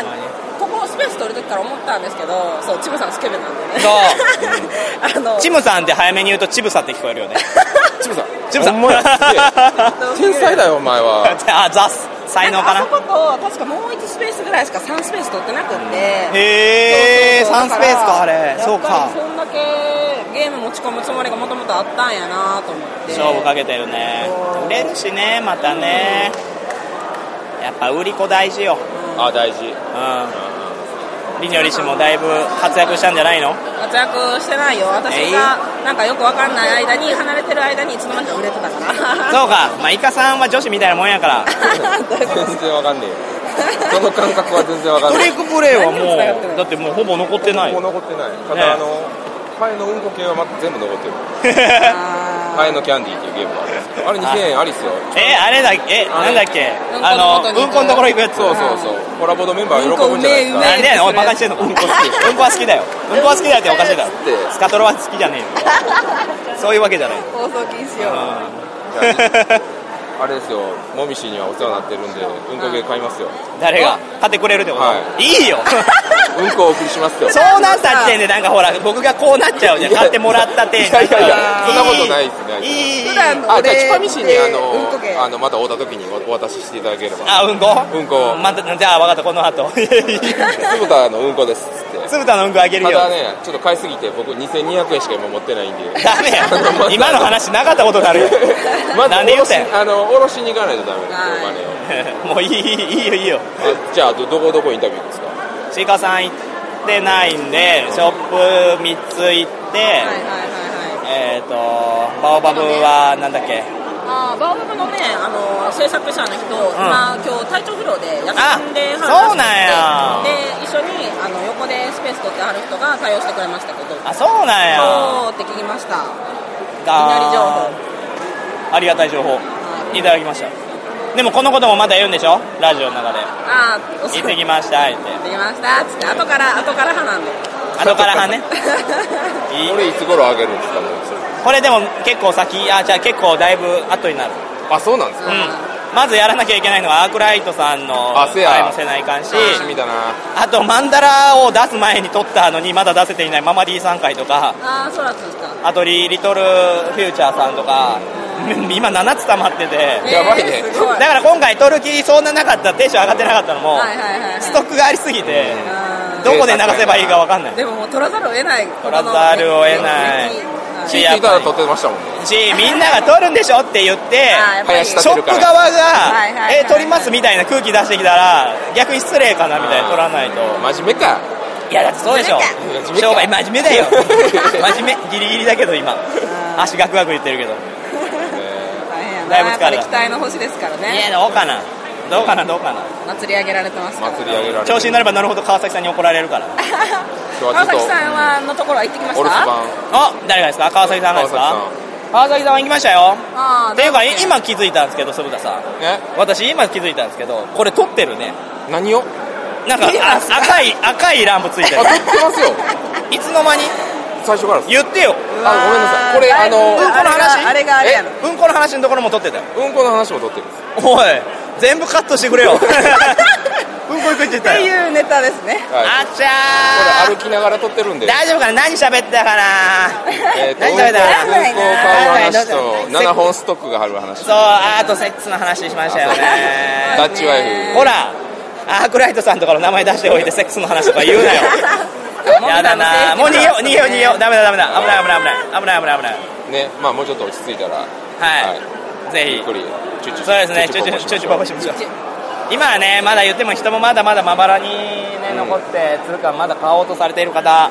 ここスペース取るときから思ったんですけどそうチムさんスケベなんでね あのチムさんって早めに言うとチブサって聞こ えるよねチムさんチムさんお前天才だよお前は あザス才能かなあそこと確かもう1スペースぐらいしか3スペース取ってなくってへーそうそうそう3スペースかあれやっぱりそうかそんだけゲーム持ち込むつもりがもともとあったんやなと思って勝負かけてるね売れるしねまたねやっぱ売り子大事よあ大事うんりにょりしもだいぶ活躍したんじゃないの活躍してないよ私えいがなんかよくわかんない間に離れてる間にいつの間にか売れてたからそうかまあイカさんは女子みたいなもんや から全然わかんねえよその感覚は全然わかんブないレイクプレーはもうだってもうほぼ残ってないほぼ残ってないただ、ねあのハエのうんこ系はま全部残ってるハエのキャンディーっていうゲームがあるんですけどあれ2000円ありっすよ えあれだえなんだっけあのうんこのところ行くやつそうそうそうコラボのメンバー喜ぶんじゃないですかなんでやねんおいバカにしてんのうんこ好きうんこは好き だようんこは好きだよっておかしいだろスカトロは好きじゃね えよそういうわけじゃない 放送禁止あれですよもみしにはお世話になってるんでうんこ系買いますよ 誰が買ってくれるってこと、い、い ようんこをお送りしますよそうなった時点でなんかほら僕がこうなっちゃうじゃん買ってもらった手いやいやいやそんなことないですねいい普段のあ、俺じゃあ、チパミシにあの、うんこ系あの、また会うた時におお渡ししていただければ。あうんこうんこ。またじゃあ分かったこ の後つぶたのうんこですっつって。つぶたのうんこあげるよただね、ちょっと買いすぎて、僕2200円しか今持ってないん で。ダメや今の話なかったことになるよ まずなんで言うてんあの、おろしに行かないとダメです、お金を。もういい、いいよ、いいよ。じゃあ、ど、どこどこインタビューですか追加さん行ってないんでショップ3つ行ってえっ、とバオバブはなんだっけあーバーバブのねあの制作者の人、今今日体調不良で休んであそうなんやで一緒にあの横でスペース取ってはる人が対応してくれましたけどあそうなんやそうって聞きましたがありがたい情報いただきましたでもこのこともまた言うんでしょラジオの中であー行ってきました言って行ってきましたつって後から後から派なんで後から派ねこれいつ頃あげるんですか、もう。これでも結構先あじゃあ結構だいぶ後になるあそうなんですか、まずやらなきゃいけないのはアークライトさんのあせや回もせないかんし楽しみだな。あとマンダラを出す前に撮ったのにまだ出せていないママ D さん回とかああそうだったんですかあとリリトルフューチャーさんとか、今7つ溜まっててやばいねすごいだから今回撮る気そんななかったテンション上がってなかったのも、はいはいはいストックがありすぎて、どこで流せばいいか分かんないでももう取らざるを得ない取らざるを得ない聞いていたら撮ってましたもんね。しみんなが撮るんでしょって言ってやっぱりショップ側がはいはいはい「え撮ります」みたいな空気出してきたら逆に失礼かなみたいな撮らないと真面目かいやだってそうでしょ商売真面目だよ 真面目ギリギリだけど今足ガクガク言ってるけど大変やなだいぶやっ疲ぱれりた期待の星ですからねいやどうかなどうかなどうかな祭り上げられてますから 釣り上げられる。調子になればなるほど川崎さんに怒られるから今日川はちょ崎っとさんはのところは行ってきましたあ誰がですか川崎さんがですか川崎さんは行きましたよあーっていうかい今気づいたんですけど鈴田さん私今気づいたんですけどこれ撮ってるね何 をなんかあ赤い赤いランプついてるあ撮ってますよいつの間に最初から言ってよあ、ごめんなさい。これ、あの、うんこの話あれがあれやろえうんこの話のところも撮ってたようんこの話も撮ってるんですおい全部カットしてく れようんこ行くって言っってたよいうネタですねあっちゃこれ歩きながら撮ってるんで大丈夫かな何喋ってたかなえーと、何運行食べた買う話と、7本ストックがある話。そうアートセックスの話しましたよねダッチワイフ。ほらアークライトさんとかの名前出しておいてセックスの話とか言うなよやだな もう逃げよう逃げよう逃げようダメだダメだ危ない危ない危ない危ない危ないね、まあもうちょっと落ち着いたら、はい。ぜひ。ゆっくり、チュチュそうですね、ちょちょちょちょパパしましょう。今はね、まだ言っても人もまだまだまばらにね、残って、つるかまだ買おうとされている方、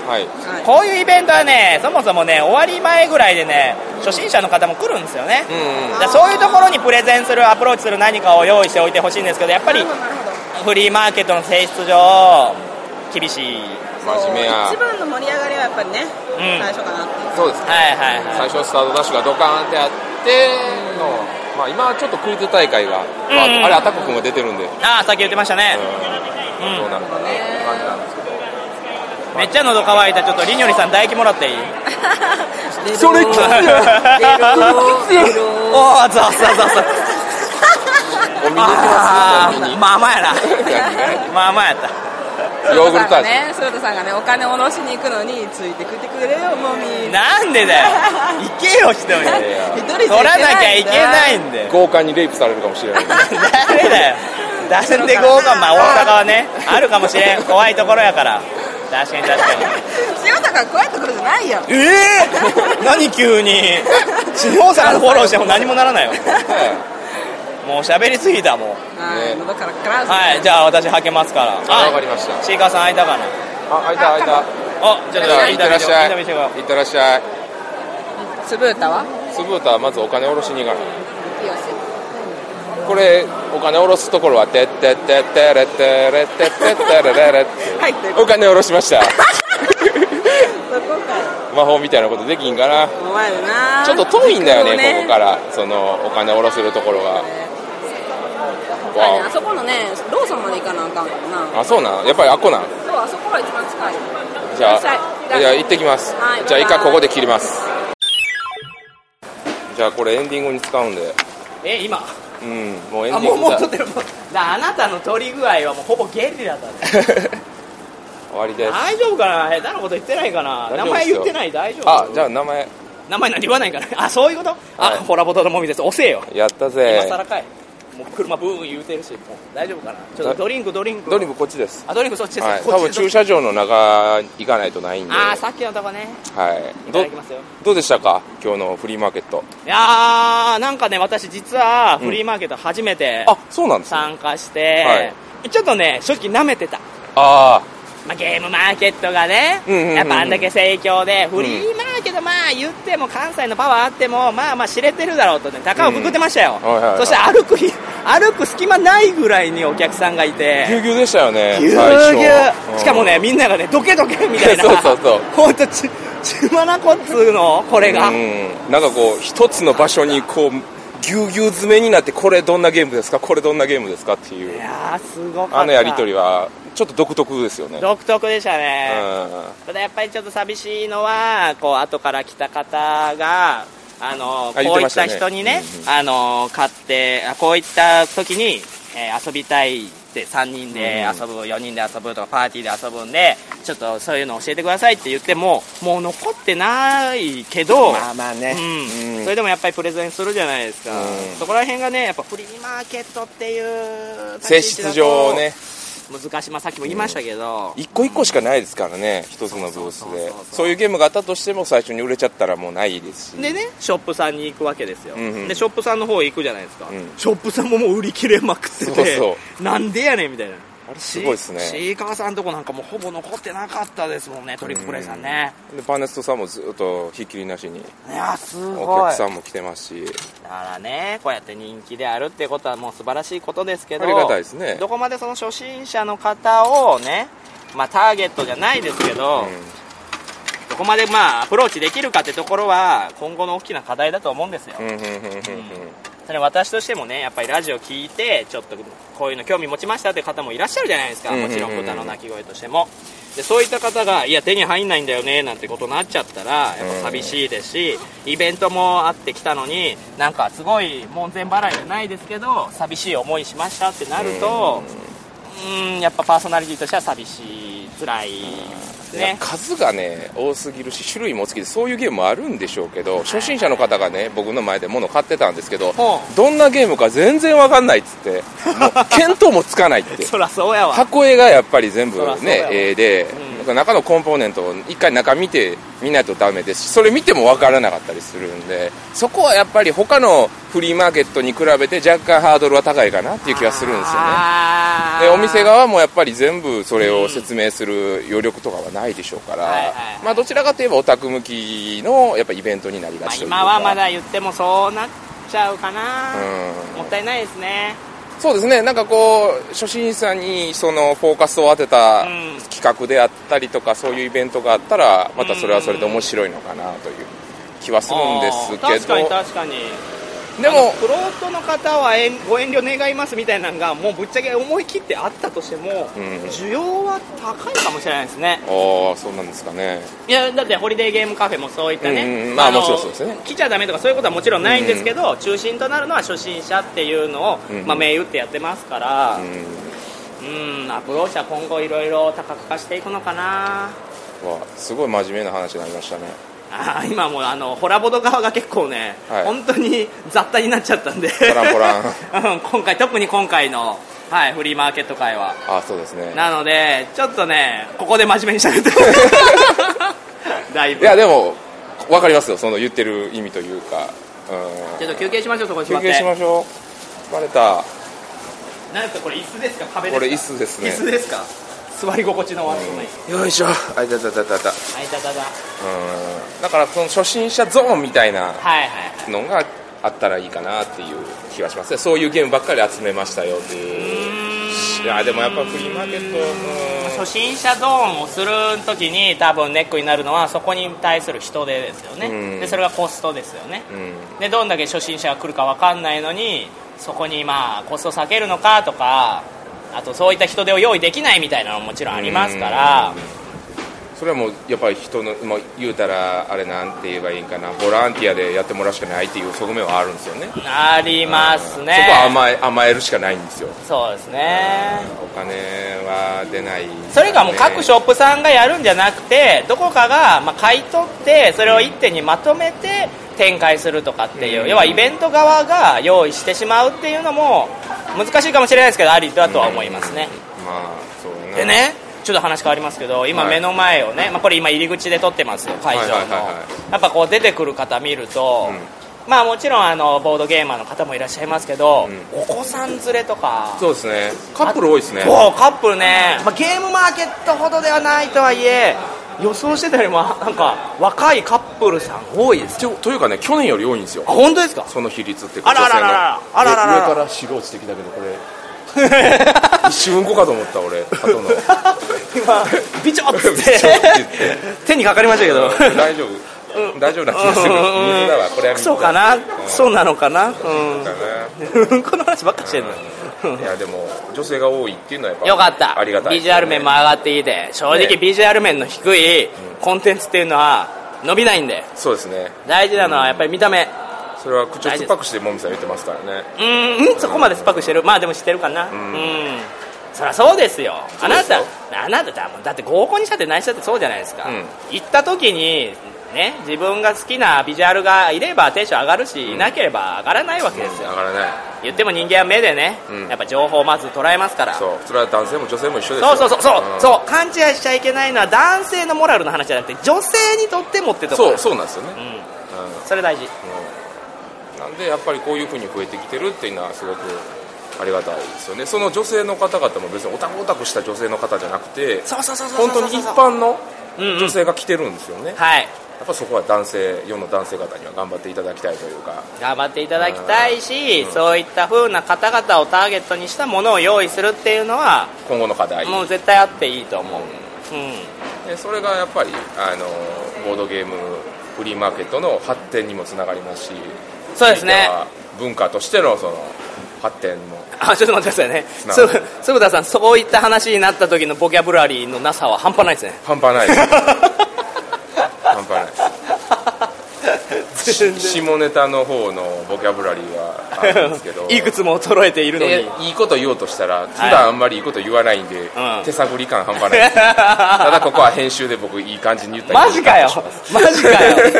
こういうイベントはね、そもそもね、終わり前ぐらいでね、初心者の方も来るんですよね。だからそういうところにプレゼンする、アプローチする何かを用意しておいてほしいんですけど、やっぱりフリーマーケットの性質上、厳しい。真面目や一。番の盛り上がりはやっぱりね最初かなっていうそうですね。はいはい最初スタートダッシュがドカーンってあっての、まあ、今はちょっとクイズ大会が、まあうんうんあれ、アタック君が出てるんで、どああさっき言ってましたね、うなるかなって感じなんですけど。めっちゃ喉乾いたちょっとりにょりさん唾液もらっていいそれきついおおざわざわざわざお水ますまあまあやなまあまあやったヨそうだね、古田さんがね、お金を下ろしに行くのに、ついてくってくれよ、もみ。なんでだよ行けよ一人 一人取じゃ行けないんだらなきゃいけないんだよ豪華にレイプされるかもしれない。誰だよ誰で豪華まあ大阪はねあるかもしれん怖いところやから確かに確かに 塩坂、怖いところじゃないよ。ええ何急に地方さんフォローしても何もならないよもう喋りすぎたもはい、喉からカラうはいじゃあ私はけますからあわかりましたシーカーさん開いたかなあ、開いた、開いた。あじゃあじゃあ、イいンっタてらビューっししようゃインタビューい。いってらっしゃい。つぶたはつぶたはまずお金下ろしに行かない。これ、お金下ろすところは、てってってってれってれってってってれれれって。入ってる。お金下ろしま した。そこか。魔法みたいなことできんかな。お前よな。ちょっと遠いんだよね、時空をここから。その、お金下ろせるところが。そうやねあわそこのね、ローソンまで行かなあかんからな。あ、そうなんやっぱりあっこなんそう、あそこが一番近い。じゃいらっしゃあ、いじゃあ行ってきますはい。じゃあ一バイ回バイここで切ります。じゃあこれエンディングに使うんで。え今うん、もうエンディあングもうもうだ撮ってるもうだあなたの取り具合はもうほぼゲリラだね 終わりです。大丈夫かな下手なこと言ってないかな大丈夫名で前すよ言ってない大丈夫あ、じゃあ名前。名前何言わない からあそういうことあホラボトのもみです遅えよやった今ぜ。更かいもう車ブーン言うてるしもう大丈夫かなちょっとドリンクドリンクドリンクこっちです。あドリンクそっちですはい。こっ多ち分駐車場の中行かないとないんで。あはあさっきのとこねい。いどただきますよどうでしたか今日のフリーマーケット。いやーなんかね私実はフリーマーケット初めてそうなんです。参加して、はいちょっとね正直舐めてたあまあ、ゲームマーケットがね、うんうんうんうんやっぱあんだけ盛況で、フリーマーケット、まあ言っても関西のパワーあっても、まあまあ知れてるだろうとね、高をくぐってましたよ、うんはいはいはいそして歩く日、歩く隙間ないぐらいにお客さんがいあ。ぎゅて、うぎゅうでしたよね。ぎゅうぎゅ最初う、しかも。ね、みんながね、どけどけみたういん な、そうそうそう。ほんとち、ちまなこっつうの、これが、うんなんかこう一つの場所にこうぎゅうぎゅう詰めになってこれどんなゲームですかこれどんなゲームですかっていうあーすごかった、あのやり取りはちょっと独特ですよね独特でしたね。うただやっぱりちょっと寂しいのはこう後から来た方があのあ言っこうていまっしたたね人にね、あの買ってあこういった時に、えー遊びたいって3人で遊ぶ、4人で遊ぶとかパーティーで遊ぶんでちょっとそういうの教えてくださいって言ってももう残ってないけどまあまあねうんうんそれでもやっぱりプレゼンするじゃないですか、うんそこら辺がねやっぱフリーマーケットっていう性質上ね難しい、まあ、さっきも言いましたけど、一個一個しかないですからね一つのブースでそういうゲームがあったとしても最初に売れちゃったらもうないですしでねショップさんに行くわけですよ、うんうんでショップさんの方へ行くじゃないですか、うんショップさんももう売り切れまくっててそうそなんでやねんみたいなあれすごいっすねシーカーさんとこなんかもうほぼ残ってなかったですもんねトリックプレイさんね、でパーネストさんもずっとひっきりなしにいやすごいお客さんも来てますしだからねこうやって人気であるってことはもう素晴らしいことですけどありがたいですねどこまでその初心者の方をねまあターゲットじゃないですけど、どこまでまあアプローチできるかってところは今後の大きな課題だと思うんですよ、うんうんうんうんうんそれ私としてもねやっぱりラジオ聞いてちょっとこういうの興味持ちましたって方もいらっしゃるじゃないですかうんうんうもんちろん豚の鳴き声としてもでそういった方がいや手に入んないんだよねなんてことになっちゃったらやっぱ寂しいですしイベントもあってきたのになんかすごい門前払いじゃないですけど寂しい思いしましたってなるとうーんやっぱパーソナリティとしては寂しい辛いですいやね数がね多すぎるし種類も多すぎてそういうゲームもあるんでしょうけど初心者の方がね僕の前で物を買ってたんですけどほどんなゲームか全然わかんないっつってもう見当もつかないってそらそうやわ箱絵がやっぱり全部そらそうやねわ絵で、だから中のコンポーネントを一回中見て見ないとダメですしそれ見てもわからなかったりするんでそこはやっぱり他のフリーマーケットに比べて若干ハードルは高いかなっていう気がするんですよねでお店側もやっぱり全部それを説明する余力とかはないでしょうから、まあ、どちらかといえばオタク向きのやっぱイベントになりがちというか、今はまだ言ってもそうなっちゃうかなうんもったいないですねそうですねなんかこう初心者にそのフォーカスを当てた企画であったりとかそういうイベントがあったらまたそれはそれで面白いのかなという気はするんですけど確かに確かにでもクロートの方はえんご遠慮願いますみたいなのがもうぶっちゃけ思い切ってあったとしても、需要は高いかもしれないですねああそうなんですかねいやだってホリデーゲームカフェもそういったね、うんうんまあもちろんそうですね来ちゃダメとかそういうことはもちろんないんですけど、中心となるのは初心者っていうのを、うんうんまあ、銘打ってやってますからうんアプローチは今後いろいろ多角化していくのかなわすごい真面目な話になりましたねあー今もうあのホラボド側が結構ね、はい本当に雑多になっちゃったんでポランポラン うん今回特に今回の、はい、フリーマーケット会はあそうですねなのでちょっとねここで真面目にしゃ べってだいぶいやでも分かりますよその言ってる意味というか、うん、ちょっと休憩しましょうそこに座休って憩しましょうバレたうなんですかこれ椅子ですか壁でこすかれ椅子ですね椅子ですか座り心地の悪い、はいよいしょあいたたたたただだだうんだからその初心者ゾーンみたいなはいはいのがあったらいいかなっていう気がしますねそういうゲームばっかり集めましたよっていういやでもやっぱフリーマーケット初心者ゾーンをするときに多分ネックになるのはそこに対する人手ですよね、うんでそれがコストですよねうんでどんだけ初心者が来るか分かんないのにそこにまあコストを避けるのかとかあとそういった人手を用意できないみたいなのももちろんありますからそれはもうやっぱり人の、まあ、言うたらあれなんて言えばいいんかなボランティアでやってもらうしかないっていう側面はあるんですよねそこありますねは甘え甘えるしかないんですよそうですねお金は出ないそれがもう各ショップさんがやるんじゃなくてどこかがまあ買い取ってそれを一手にまとめて展開するとかっていう、うん要はイベント側が用意してしまうっていうのも難しいかもしれないですけどありだとは思いますね、まあそうねでねちょっと話変わりますけど今はい目の前をね、まあ、これ今入り口で撮ってますよ会場の、はいはいはいはいやっぱこう出てくる方見ると、まあもちろんあのボードゲーマーの方もいらっしゃいますけど、お子さん連れとかそうですねカップル多いですねそうカップルね、まあ、ゲームマーケットほどではないとはいえ予想してたよりもなんか若いカップルさん多いですとというかね去年より多いんですよあ本当ですかその比率っていうあらあらあらあらあらあらあら上から白落ちてきたけどこれ一瞬こかと思った俺鳩の 今ビチョッつって 手にかかりましたけど大丈夫大丈夫な気がする水だわこれは水そうかな、そうなのかな、うん、 うんこの話ばっかしてるのいやでも女性が多いっていうのはやっぱよかったありがたいビジュアル面も上がっていて正直ねビジュアル面の低いコンテンツっていうのは伸びないんでそうですね大事なのはやっぱり見た目それは口を酸っぱくしてもみさん言ってますからねうんうんそこまで酸っぱくしてるまあでも知ってるかなうん、そりゃそうですよあなたあなただだって合コンにしたって何したってそうじゃないですか、行った時にね自分が好きなビジュアルがいればテンション上がるし、いなければ上がらないわけですよ、上がらない言っても人間は目でね、うんやっぱ情報をまず捉えますからそうそれは男性も女性も一緒ですそうよそうそうそう,、んそう勘違いしちゃいけないのは男性のモラルの話じゃなくて女性にとってもってとこそううそうなんですよね、うんそれ大事、なんでやっぱりこういうふうに増えてきてるっていうのはすごくありがたいですよねその女性の方々も別にオタクオタクした女性の方じゃなくてそうそうそうそう本当に一般の女性が来てるんですよね、はいやっぱそこは男性世の男性方には頑張っていただきたいというか頑張っていただきたいし、うんそういった風な方々をターゲットにしたものを用意するっていうのは今後の課題もう絶対あっていいと思う、でそれがやっぱりあのボードゲームフリーマーケットの発展にもつながりますしそうですねひいては文化としてのその発展もあちょっと待ってくださいねなるほどすぐ田さんそういった話になった時のボキャブラリーのなさは半端ないですね半端ないです半端ない ですし下ネタの方のボキャブラリーはあるんですけど いくつも衰えているのに でいいこと言おうとしたら普段あんまりいいこと言わないんで、手探り感半端ないですただここは編集で僕いい感じに言ったマジかよ マジかよ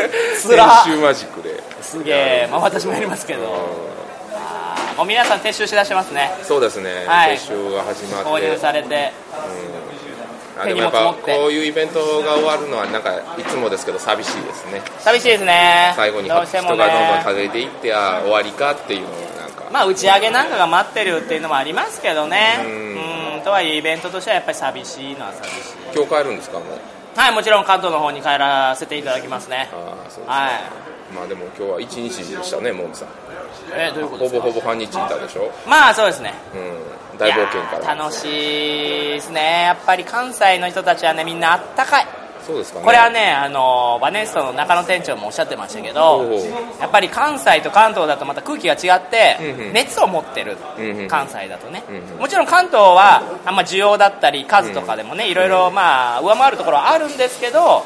つら編集マジックですげえまあ私もやりますけどあもう皆さん撤収しだしてますねそうですね、はい撤収が始まって購入されてあでもやっ手荷ぱ物持ってこういうイベントが終わるのはなんかいつもですけど寂しいですね寂しいですね最後に人どがうしどてんどもんね数えていってああ終わりかっていうのをなんかまあ打ち上げなんかが待ってるっていうのもありますけどねうんとはいえイベントとしてはやっぱり寂しいのは寂しい今日帰るんですかもうはいもちろん関東の方に帰らせていただきますねああそうですかはいまあでも今日は一日でしたねモンさんえどういうことですほかぼほぼ半日いたでしょまあそうですねうん大冒険から楽しいですねやっぱり関西の人たちはねみんなあったかいそうですかねこれはね、あのバネストの中野店長もおっしゃってましたけどおうやっぱり関西と関東だとまた空気が違ってうんうん熱を持ってるうんうん関西だとねうんうんもちろん関東はあんま需要だったり数とかでもねいろいろまあ上回るところはあるんですけど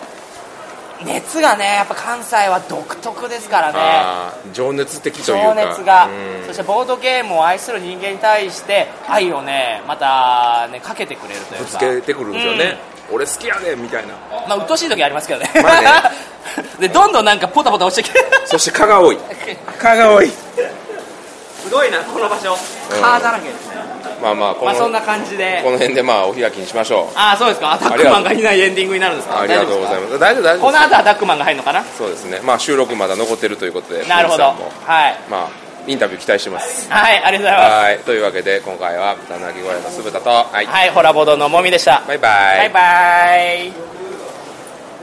熱がねやっぱ関西は独特ですからねあー情熱的という情か熱がうんそしてボードゲームを愛する人間に対して愛をねまたねかけてくれるというぶかつけてくるんですよね、俺好きやねみたいなまあ、鬱陶しい時ありますけどね。 で、どんどんなんかポタポタ落ちてきて。そして蚊が多い蚊が多い すごいな、この場所。うんカーだらけですね。まあまあこまの,、あ、そんな感じで。この辺でまあお開きにしましょうああ、そうですか。アタックマンがいないエンディングになるんですか。ありがとうござい大丈夫でます大丈夫大す丈夫この後アタックマンが入るのかなそうですねまあ収録まだ残ってるということでなるほど。皆さんもはい。まあインタビュー期待してますはい、ありがとうございます。はいというわけで今回は豚鳴き小屋の酢豚とはい、はい、ホラボードのもみでしたバイバイバイバイ。